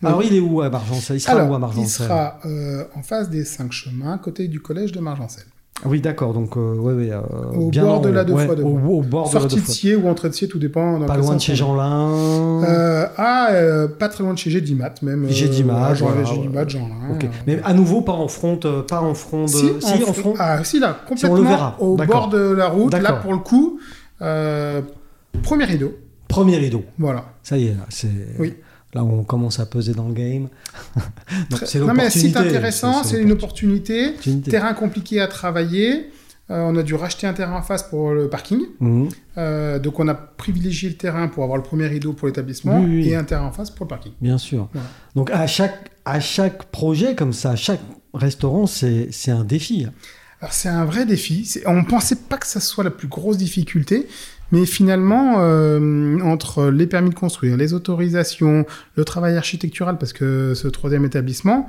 Alors il est où à Margencel Ah Il sera où à Alors, il Margencel sera euh, en face des cinq chemins, à côté du collège de Margencel. Oui d'accord donc euh, ouais, ouais, euh, Au bien bord en de la haut, deux ouais, fois deux au, au bord de la Sortie deux de fois. Sier ou entrée de Sier, tout dépend. dans Pas quel loin de sens chez on va. Jeanlin. Euh, ah, euh, pas très loin de chez Gédimat, même. Chez Gédimat, Jean, voilà, Gédimat, ouais. Jean. hein, Ok. euh. Mais à nouveau pas en front, euh, pas en front. De... si, en, en fr- front. Ah, si, là, Si, on complètement le verra. au D'accord. bord de la route. Là, D'accord. pour le coup, euh, premier rideau. Premier rideau. Voilà. Ça y est là, c'est Oui. là où on commence à peser dans le game. Donc, Très- c'est non, mais site l'opportunité, intéressant, c'est une l'opportunité. opportunité. Terrain compliqué à travailler. Euh, on a dû racheter un terrain en face pour le parking. Mhm. Euh, donc, on a privilégié le terrain pour avoir le premier rideau pour l'établissement Oui, oui, oui. et un terrain en face pour le parking. Bien sûr. Voilà. Donc à chaque, à chaque projet comme ça, à chaque restaurant, c'est c'est un défi. hein. Alors c'est un vrai défi. C'est- On ne pensait pas que ça soit la plus grosse difficulté, mais finalement, euh, entre les permis de construire, les autorisations, le travail architectural, parce que ce troisième établissement,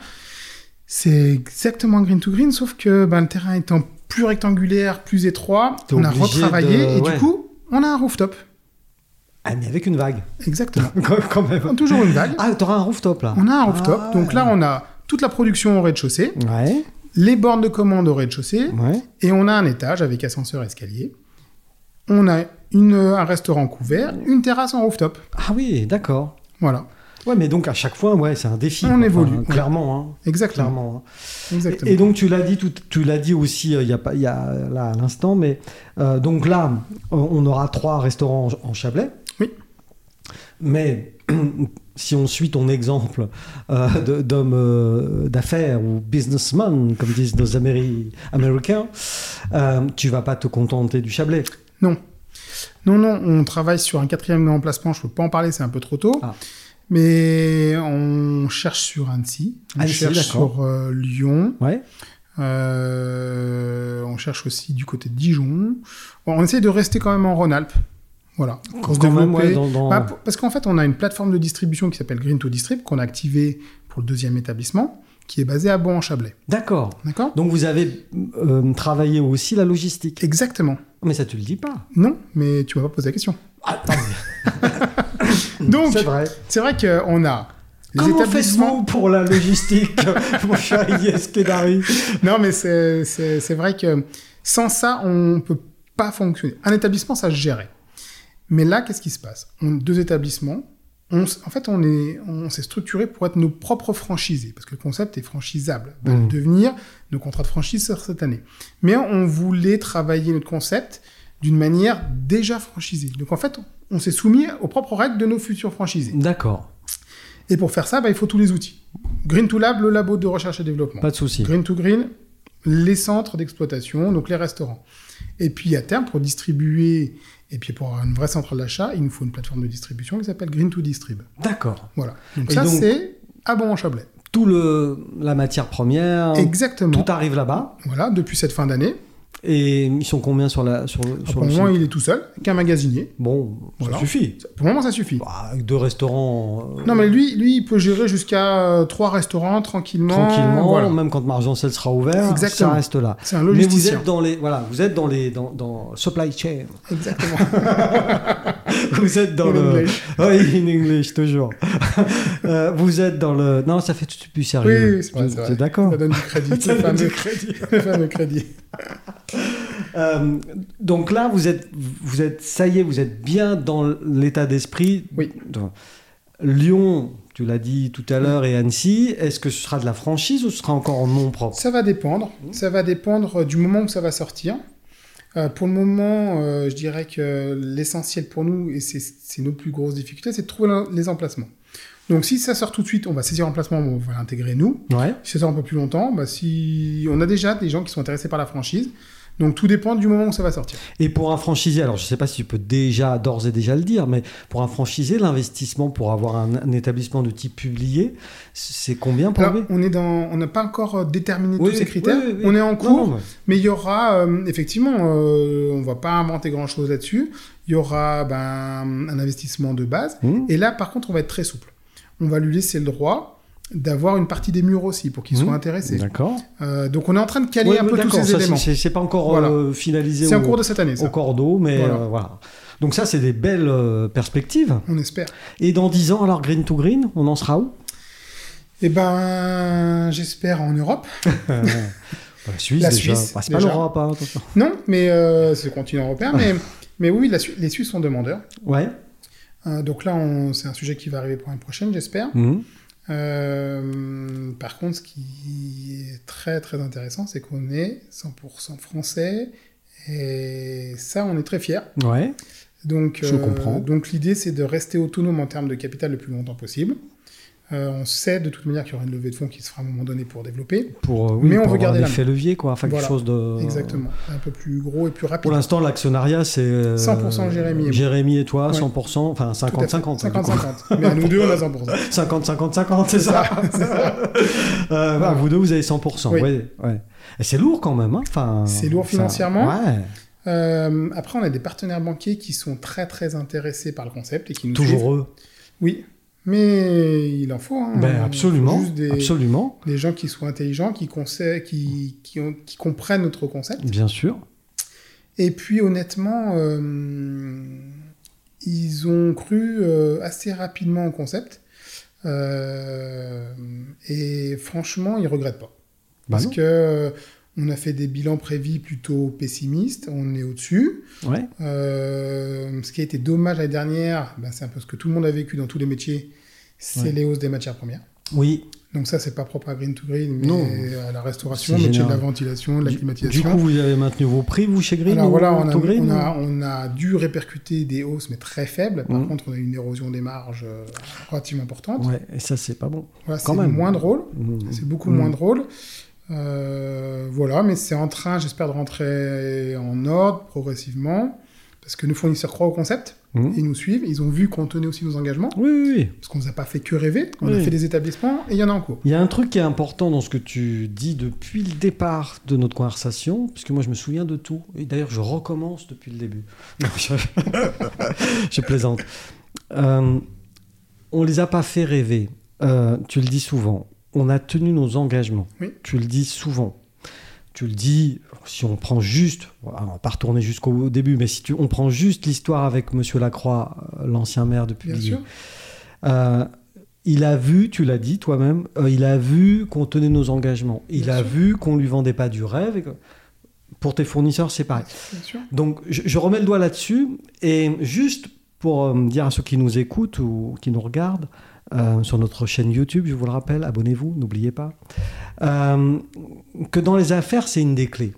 c'est exactement green to green, sauf que ben, le terrain étant plus rectangulaire, plus étroit, T'es on a obligé retravaillé de- et ouais. du coup, on a un rooftop. Ah, mais avec une vague, Exactement. quand même. Toujours une vague. Ah, t'auras un rooftop là. On a un rooftop. Ah, Donc là, on a toute la production au rez-de-chaussée, Ouais, les bornes de commande au rez-de-chaussée, ouais. et on a un étage avec ascenseur escalier. On a une, un restaurant couvert, une terrasse en rooftop. Ah oui, d'accord. Voilà. Ouais, mais donc à chaque fois, ouais, c'est un défi. On quoi. Enfin, évolue, ouais. clairement, hein. Exactement. Clairement. hein. Exactement. Et, et donc tu l'as dit, tout, tu l'as dit aussi euh, il y a pas, il y a là à l'instant, mais euh, donc là, on- on aura trois restaurants en, en Chablais. Oui. Mais si on suit ton exemple euh, de- d'homme euh, d'affaires ou businessman, comme disent nos Améri- Américains, euh, tu vas pas te contenter du Chablais. Non, non, on travaille sur un quatrième emplacement. Je ne peux pas en parler, c'est un peu trop tôt. Ah. Mais on cherche sur Annecy, on Annecy, cherche d'accord. sur euh, Lyon, Ouais. euh, on cherche aussi du côté de Dijon. Bon, on essaie de rester quand même en Rhône-Alpes. Voilà. Pour se Quand même, développer. ouais, dans- dans- Bah, pour- parce qu'en fait, on a une plateforme de distribution qui s'appelle Green to Distrib qu'on a activée pour le deuxième établissement, qui est basée à Bon-en-Chablais. D'accord. D'accord Donc vous avez euh, travaillé aussi la logistique. Exactement. Mais ça tu le dis pas. Non, mais tu m'as pas posé la question. Ah, pardon. Donc, c'est vrai. c'est vrai qu'on a les Comment établissements. faites-vous pour la logistique, mon cher Ilyes Kedari Non, mais c'est- c'est c'est vrai que sans ça, on ne peut pas fonctionner. Un établissement, ça se gérait. Mais là, qu'est-ce qui se passe on, Deux établissements. On, s- en fait, on est- on s'est structuré pour être nos propres franchisés, parce que le concept est franchisable, va Mhm. le devenir nos contrats de franchise sur cette année. Mais on voulait travailler notre concept d'une manière déjà franchisée. Donc en fait, on s'est soumis aux propres règles de nos futurs franchisés. D'accord, Et pour faire ça, bah, il faut tous les outils. Green to Lab, le labo de recherche et développement. pas de souci. Green to Green, les centres d'exploitation, donc les restaurants. Et puis à terme, pour distribuer, et puis pour avoir une vraie centrale d'achat, il nous faut une plateforme de distribution qui s'appelle Green to Distrib. D'accord. Voilà. Donc Et ça, donc- c'est à Bon-en-Chablais. Tout le la matière première, Exactement. tout arrive là-bas. Voilà, depuis cette fin d'année. Et ils sont combien sur la sur, le- sur Ah, Pour le le moment, site il est tout seul, qu'un magasinier. Bon, Voilà. ça suffit. Pour le moment, ça suffit. Bah, avec deux restaurants. euh, Non, mais lui, lui, il peut gérer jusqu'à euh, trois restaurants tranquillement. Tranquillement, Voilà. même quand Margencel sera ouvert, Exactement. ça reste là. C'est un Mais vous logisticien. êtes dans les voilà, vous êtes dans les dans, dans supply chain. Exactement. Vous êtes dans In le English. oui, in English toujours. Euh, vous êtes dans le non, ça fait tout de suite plus sérieux. Oui, c'est vrai, c'est vrai. Vous êtes d'accord. Ça donne du crédit. Ça le donne du fameux- crédit. le fameux crédit. Euh, donc là, vous êtes, vous êtes, ça y est, vous êtes bien dans l'état d'esprit. Oui. De- Lyon, tu l'as dit tout à l'heure, et Annecy, est-ce que ce sera de la franchise ou ce sera encore en nom propre Ça va dépendre. Mmh. Ça va dépendre du moment où ça va sortir. Euh, pour le moment, euh, je dirais que l'essentiel pour nous, et c'est- c'est nos plus grosses difficultés, c'est de trouver l'en- les emplacements. Donc si ça sort tout de suite, on va saisir l'emplacement, on va l'intégrer nous. Ouais. Si ça sort un peu plus longtemps, bah, si... on a déjà des gens qui sont intéressés par la franchise. Donc tout dépend du moment où ça va sortir. Et pour un franchisé, alors je ne sais pas si tu peux déjà, d'ores et déjà le dire, mais pour un franchisé, l'investissement pour avoir un, un établissement de type publié, c'est combien pour Là, lui on est dans, on n'a pas encore euh, déterminé Oui, tous oui, ces critères. oui, oui, oui. On est en cours. Non, non, mais- Mais il y aura, euh, effectivement, euh, on va pas inventer grand-chose là-dessus. Il y aura ben, un investissement de base. Hmm. Et là, par contre, on va être très souple. On va lui laisser le droit d'avoir une partie des murs aussi pour qu'il Mmh. soit intéressé. D'accord. Euh, donc, on est en train de caler Ouais, un ouais, peu tous d'accord, ces ça, c'est- éléments. c'est- C'est pas encore Voilà. euh, finalisé. C'est en au- cours de cette année, au ça. cordeau, mais euh, Voilà. voilà. Donc ça, c'est des belles euh, perspectives. On espère. Et dans 10 ans, alors Green to Green, on en sera où Eh ben, j'espère en Europe. Euh, bah, La Suisse, La déjà. Suisse, Bah, c'est pas déjà. l'Europe. hein, attention. Non, mais euh, c'est le continent européen. mais, mais oui, la Su- les Suisses sont demandeurs. Ouais. Euh, donc là, on- c'est un sujet qui va arriver pour l'année prochaine, j'espère. Mhm. Euh, par contre, ce qui est très très intéressant, c'est qu'on est 100% français et ça, on est très fiers. Ouais. Donc, euh, Je comprends. Donc l'idée, c'est de rester autonome en termes de capital le plus longtemps possible. Euh, on sait de toute manière qu'il y aura une levée de fonds qui se fera à un moment donné pour développer. Pour, euh, oui, Mais on pour veut avoir garder un la effet levier, quoi. Enfin, Voilà. quelque chose de... Exactement. Un peu plus gros et plus rapide. Euh. Pour l'instant, l'actionnariat, c'est... euh, 100% Jérémy et moi. Jérémy et toi, Ouais. 100%, enfin Tout à fait. 50-50. hein, du coup. 50-50. Mais à nous deux, on a 100%. 50-50-50, c'est ça, C'est ça. Euh, bah, Vous deux, vous avez 100%. Oui. Ouais, ouais. Et c'est lourd quand même. hein. Enfin, C'est lourd ça- financièrement. Ouais. Euh, après, on a des partenaires banquiers qui sont très très intéressés par le concept et qui nous suivent. Toujours eux. Oui, mais il en faut. hein. Il Ben, faut absolument, Juste des, absolument, des gens qui soient intelligents, qui, conseillent- qui, qui, ont- qui comprennent notre concept. bien sûr. Et puis honnêtement, euh, ils ont cru euh, assez rapidement au concept. Euh, et franchement, ils regrettent pas. Bah parce non. que euh, on a fait des bilans prévis plutôt pessimistes, on est au-dessus. Ouais. Euh, ce qui a été dommage l'année dernière, ben, c'est un peu ce que tout le monde a vécu dans tous les métiers, c'est Ouais. les hausses des matières premières. Oui. Donc ça, c'est pas propre à Green to Green, mais Non. à la restauration, C'est métier de la général. ventilation, de la Du, du climatisation. coup, vous avez maintenu vos prix, vous, chez Green Alors ou voilà, on a, Auto Green on, a, on a dû répercuter des hausses, mais très faibles. Par Mhm. contre, on a eu une érosion des marges euh, relativement importante. Ouais, et ça, c'est pas bon. Voilà, c'est Quand même. moins drôle. Mm. C'est beaucoup Mm. moins drôle. Euh, voilà, mais c'est en train, j'espère, de rentrer en ordre progressivement. Parce que nos fournisseurs croient au concept, Mm. ils nous suivent, ils ont vu qu'on tenait aussi nos engagements. Oui, oui, oui. Parce qu'on ne nous a pas fait que rêver, on a Oui. fait des établissements et il y en a en cours. Il y a un truc qui est important dans ce que tu dis depuis le départ de notre conversation, puisque moi je me souviens de tout, et d'ailleurs je recommence depuis le début. Non, je... je plaisante. Euh, on les a pas fait rêver, Euh, tu le dis souvent. On a tenu nos engagements, Oui. tu le dis souvent. Tu le dis, si on prend juste, on va pas retourner jusqu'au début, mais si tu, on prend juste l'histoire avec Monsieur Lacroix, euh, l'ancien maire de Bien Publier, sûr. euh, il a vu, tu l'as dit toi-même, euh, il a vu qu'on tenait nos engagements. Il Bien a sûr. vu qu'on lui vendait pas du rêve. et que- Pour tes fournisseurs, c'est pareil. Bien sûr. Donc, je, je remets le doigt là-dessus. Et juste pour euh, dire à ceux qui nous écoutent ou qui nous regardent, euh, sur notre chaîne YouTube, je vous le rappelle, abonnez-vous, n'oubliez pas, euh, que dans les affaires, c'est une des clés.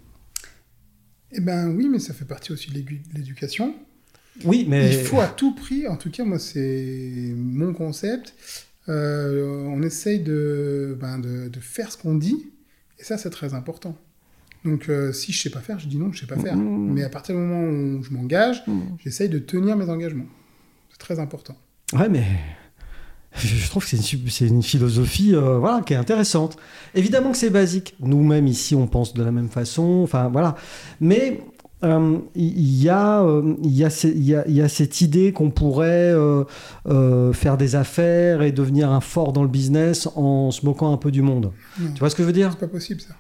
Eh ben oui, mais ça fait partie aussi de l'égu- de l'éducation. Oui, mais... Il faut à tout prix, en tout cas, moi, c'est mon concept. euh, on essaye de, ben, de, de faire ce qu'on dit, et ça, c'est très important. Donc, euh, si je sais pas faire, je dis non, je sais pas faire. Mhm. Mais à partir du moment où je m'engage, j'essaye de tenir mes engagements. C'est très important. Ouais, mais je trouve que c'est une, sub- c'est une philosophie euh, voilà, qui est intéressante. Évidemment que c'est basique. Nous-mêmes, ici, on pense de la même façon. Enfin, voilà. Mais euh, il y, a, euh, il y, a ce- il y a- il y a cette idée qu'on pourrait euh, euh, faire des affaires et devenir un fort dans le business en se moquant un peu du monde. Non. Tu vois ce que je veux dire C'est pas possible, ça.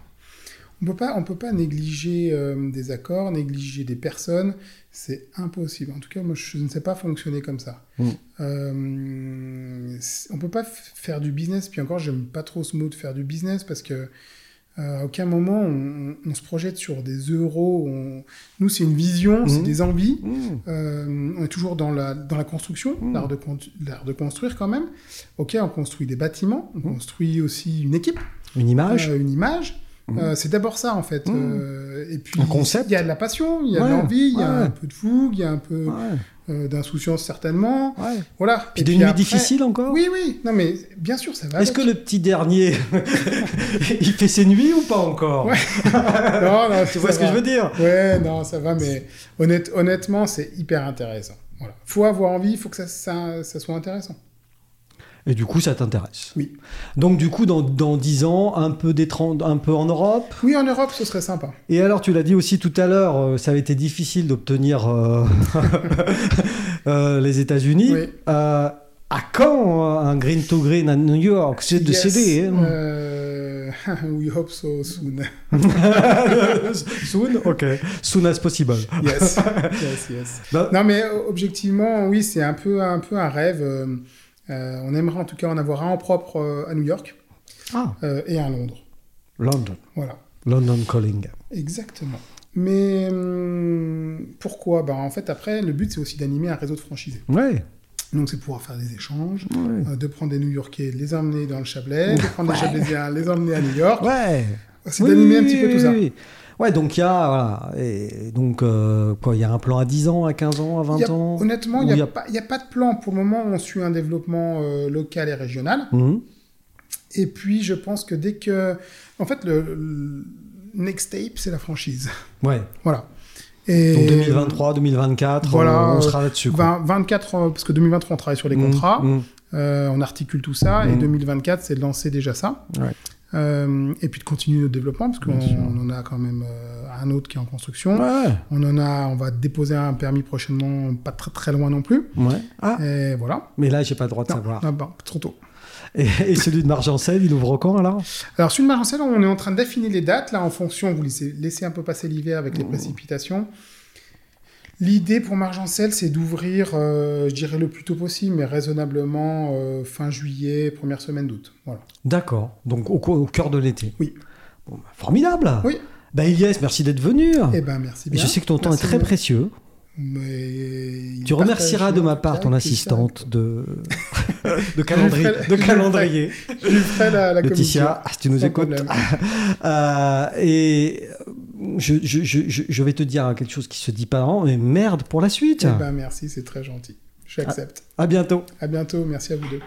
On peut pas, on peut pas négliger euh, des accords, négliger des personnes. C'est impossible. En tout cas, moi, je ne sais pas fonctionner comme ça. Mm. Euh, c'est- on peut pas f- faire du business. Puis encore, j'aime pas trop ce mot de faire du business parce que euh, à aucun moment on, on se projette sur des euros. On- Nous, c'est une vision, c'est Mm. des envies. Mmh. Euh, on est toujours dans la, dans la construction, Mm. l'art de, con- l'art de construire quand même. Ok, on construit des bâtiments, on Mm. construit aussi une équipe. Une image Euh, une image. Mhm. Euh, c'est d'abord ça en fait. Mhm. Euh, et puis Un concept. Il y a de la passion, il y a Ouais, de l'envie, il y a ouais. un peu de fougue, il y a un peu Ouais, euh, d'insouciance certainement. ouais. Voilà. Puis Et des nuits après- difficiles encore Oui, oui. Non mais bien sûr ça va. Est-ce que le petit dernier, il fait ses nuits ou pas encore Ouais. non, non, Tu vois ce que je veux dire Ouais, non, ça va, mais honnête, honnêtement, c'est hyper intéressant. Voilà. Faut avoir envie, faut que ça, ça, ça soit intéressant. Et du coup, ça t'intéresse. Oui. Donc, du coup, dans, dans 10 ans, un peu, des tran- un peu en Europe. Oui, en Europe, ce serait sympa. Et alors, tu l'as dit aussi tout à l'heure, euh, ça avait été difficile d'obtenir euh, euh, les États-Unis. Oui. Euh, à quand euh, un green to green à New York C'est de Yes, CD. hein euh, we hope so soon. Soon, ok. Soon as possible. Yes, yes, yes. Bah- non, mais euh, objectivement, oui, c'est un peu, un peu un rêve. Euh, euh, on aimerait en tout cas en avoir un en propre euh, à New York Ah, euh, et un à Londres. London. Voilà, London calling. exactement. Mais hum, pourquoi bah, En fait, après, le but, c'est aussi d'animer un réseau de franchisés. Ouais. Donc, c'est pouvoir faire des échanges, Ouais. euh, de prendre des New Yorkais, de les emmener dans le Chablais, de prendre des Chablaisiens, les emmener à New York. Ouais. C'est Oui, d'animer un oui, petit peu oui, tout ça. oui. Ouais, donc il y a voilà, et donc euh, quoi, il y a un plan à 10 ans, à 15 ans, à Il 20 y a- ans. honnêtement, il Ou n'y il y a, a- pas- il y a pas de plan. Pour le moment, on suit un développement euh, local et régional. Mhm. Et puis, je pense que dès que. En fait, le, le next tape, c'est la franchise. Ouais. Voilà. Et Donc 2023, 2024, Voilà, on, on euh, sera là-dessus. quoi. 20 24, euh, parce que 2023, on travaille sur les Mhm, contrats, mhm. euh, on articule tout ça, et Mhm. 2024, c'est de lancer déjà ça. Ouais. Euh, et puis de continuer le développement, parce qu'on Bien sûr. on en a quand même euh, un autre qui est en construction. Ouais. On en a, on va déposer un permis prochainement, pas très très loin non plus. ouais. Ah, Et voilà. mais là j'ai pas le droit de Non, savoir. ah bah, trop tôt. Et, et celui de Margencel, il ouvre quand alors Alors sur le Margencel, on est en train Oh. d'affiner les dates là en fonction. Vous laissez, laissez un peu passer l'hiver avec les précipitations. L'idée pour Margencel, c'est d'ouvrir, euh, je dirais le plus tôt possible, mais raisonnablement euh, fin juillet, première semaine d'août. Voilà. D'accord. Donc au, co- au cœur de l'été. Oui. Bon, bah, formidable. Oui. Bah, Ilyes, merci d'être venu. Eh ben, merci Et bien. Ah. je sais que ton temps Merci est très de- précieux. Mais il Tu remercieras partage- de ma part ton Ah, c'est ça. assistante de, de calendrier. De calendrier. Je lui ferai la, la Laetitia, ah, si tu nous Sans écoutes. problème. Euh, et je, je- je- je- je vais te dire hein, quelque chose qui se dit pas en, mais merde pour la suite. Eh ben. Ah. communication. Eh ben, merci, c'est très gentil. Je l'accepte. À bientôt. À bientôt, merci à vous deux.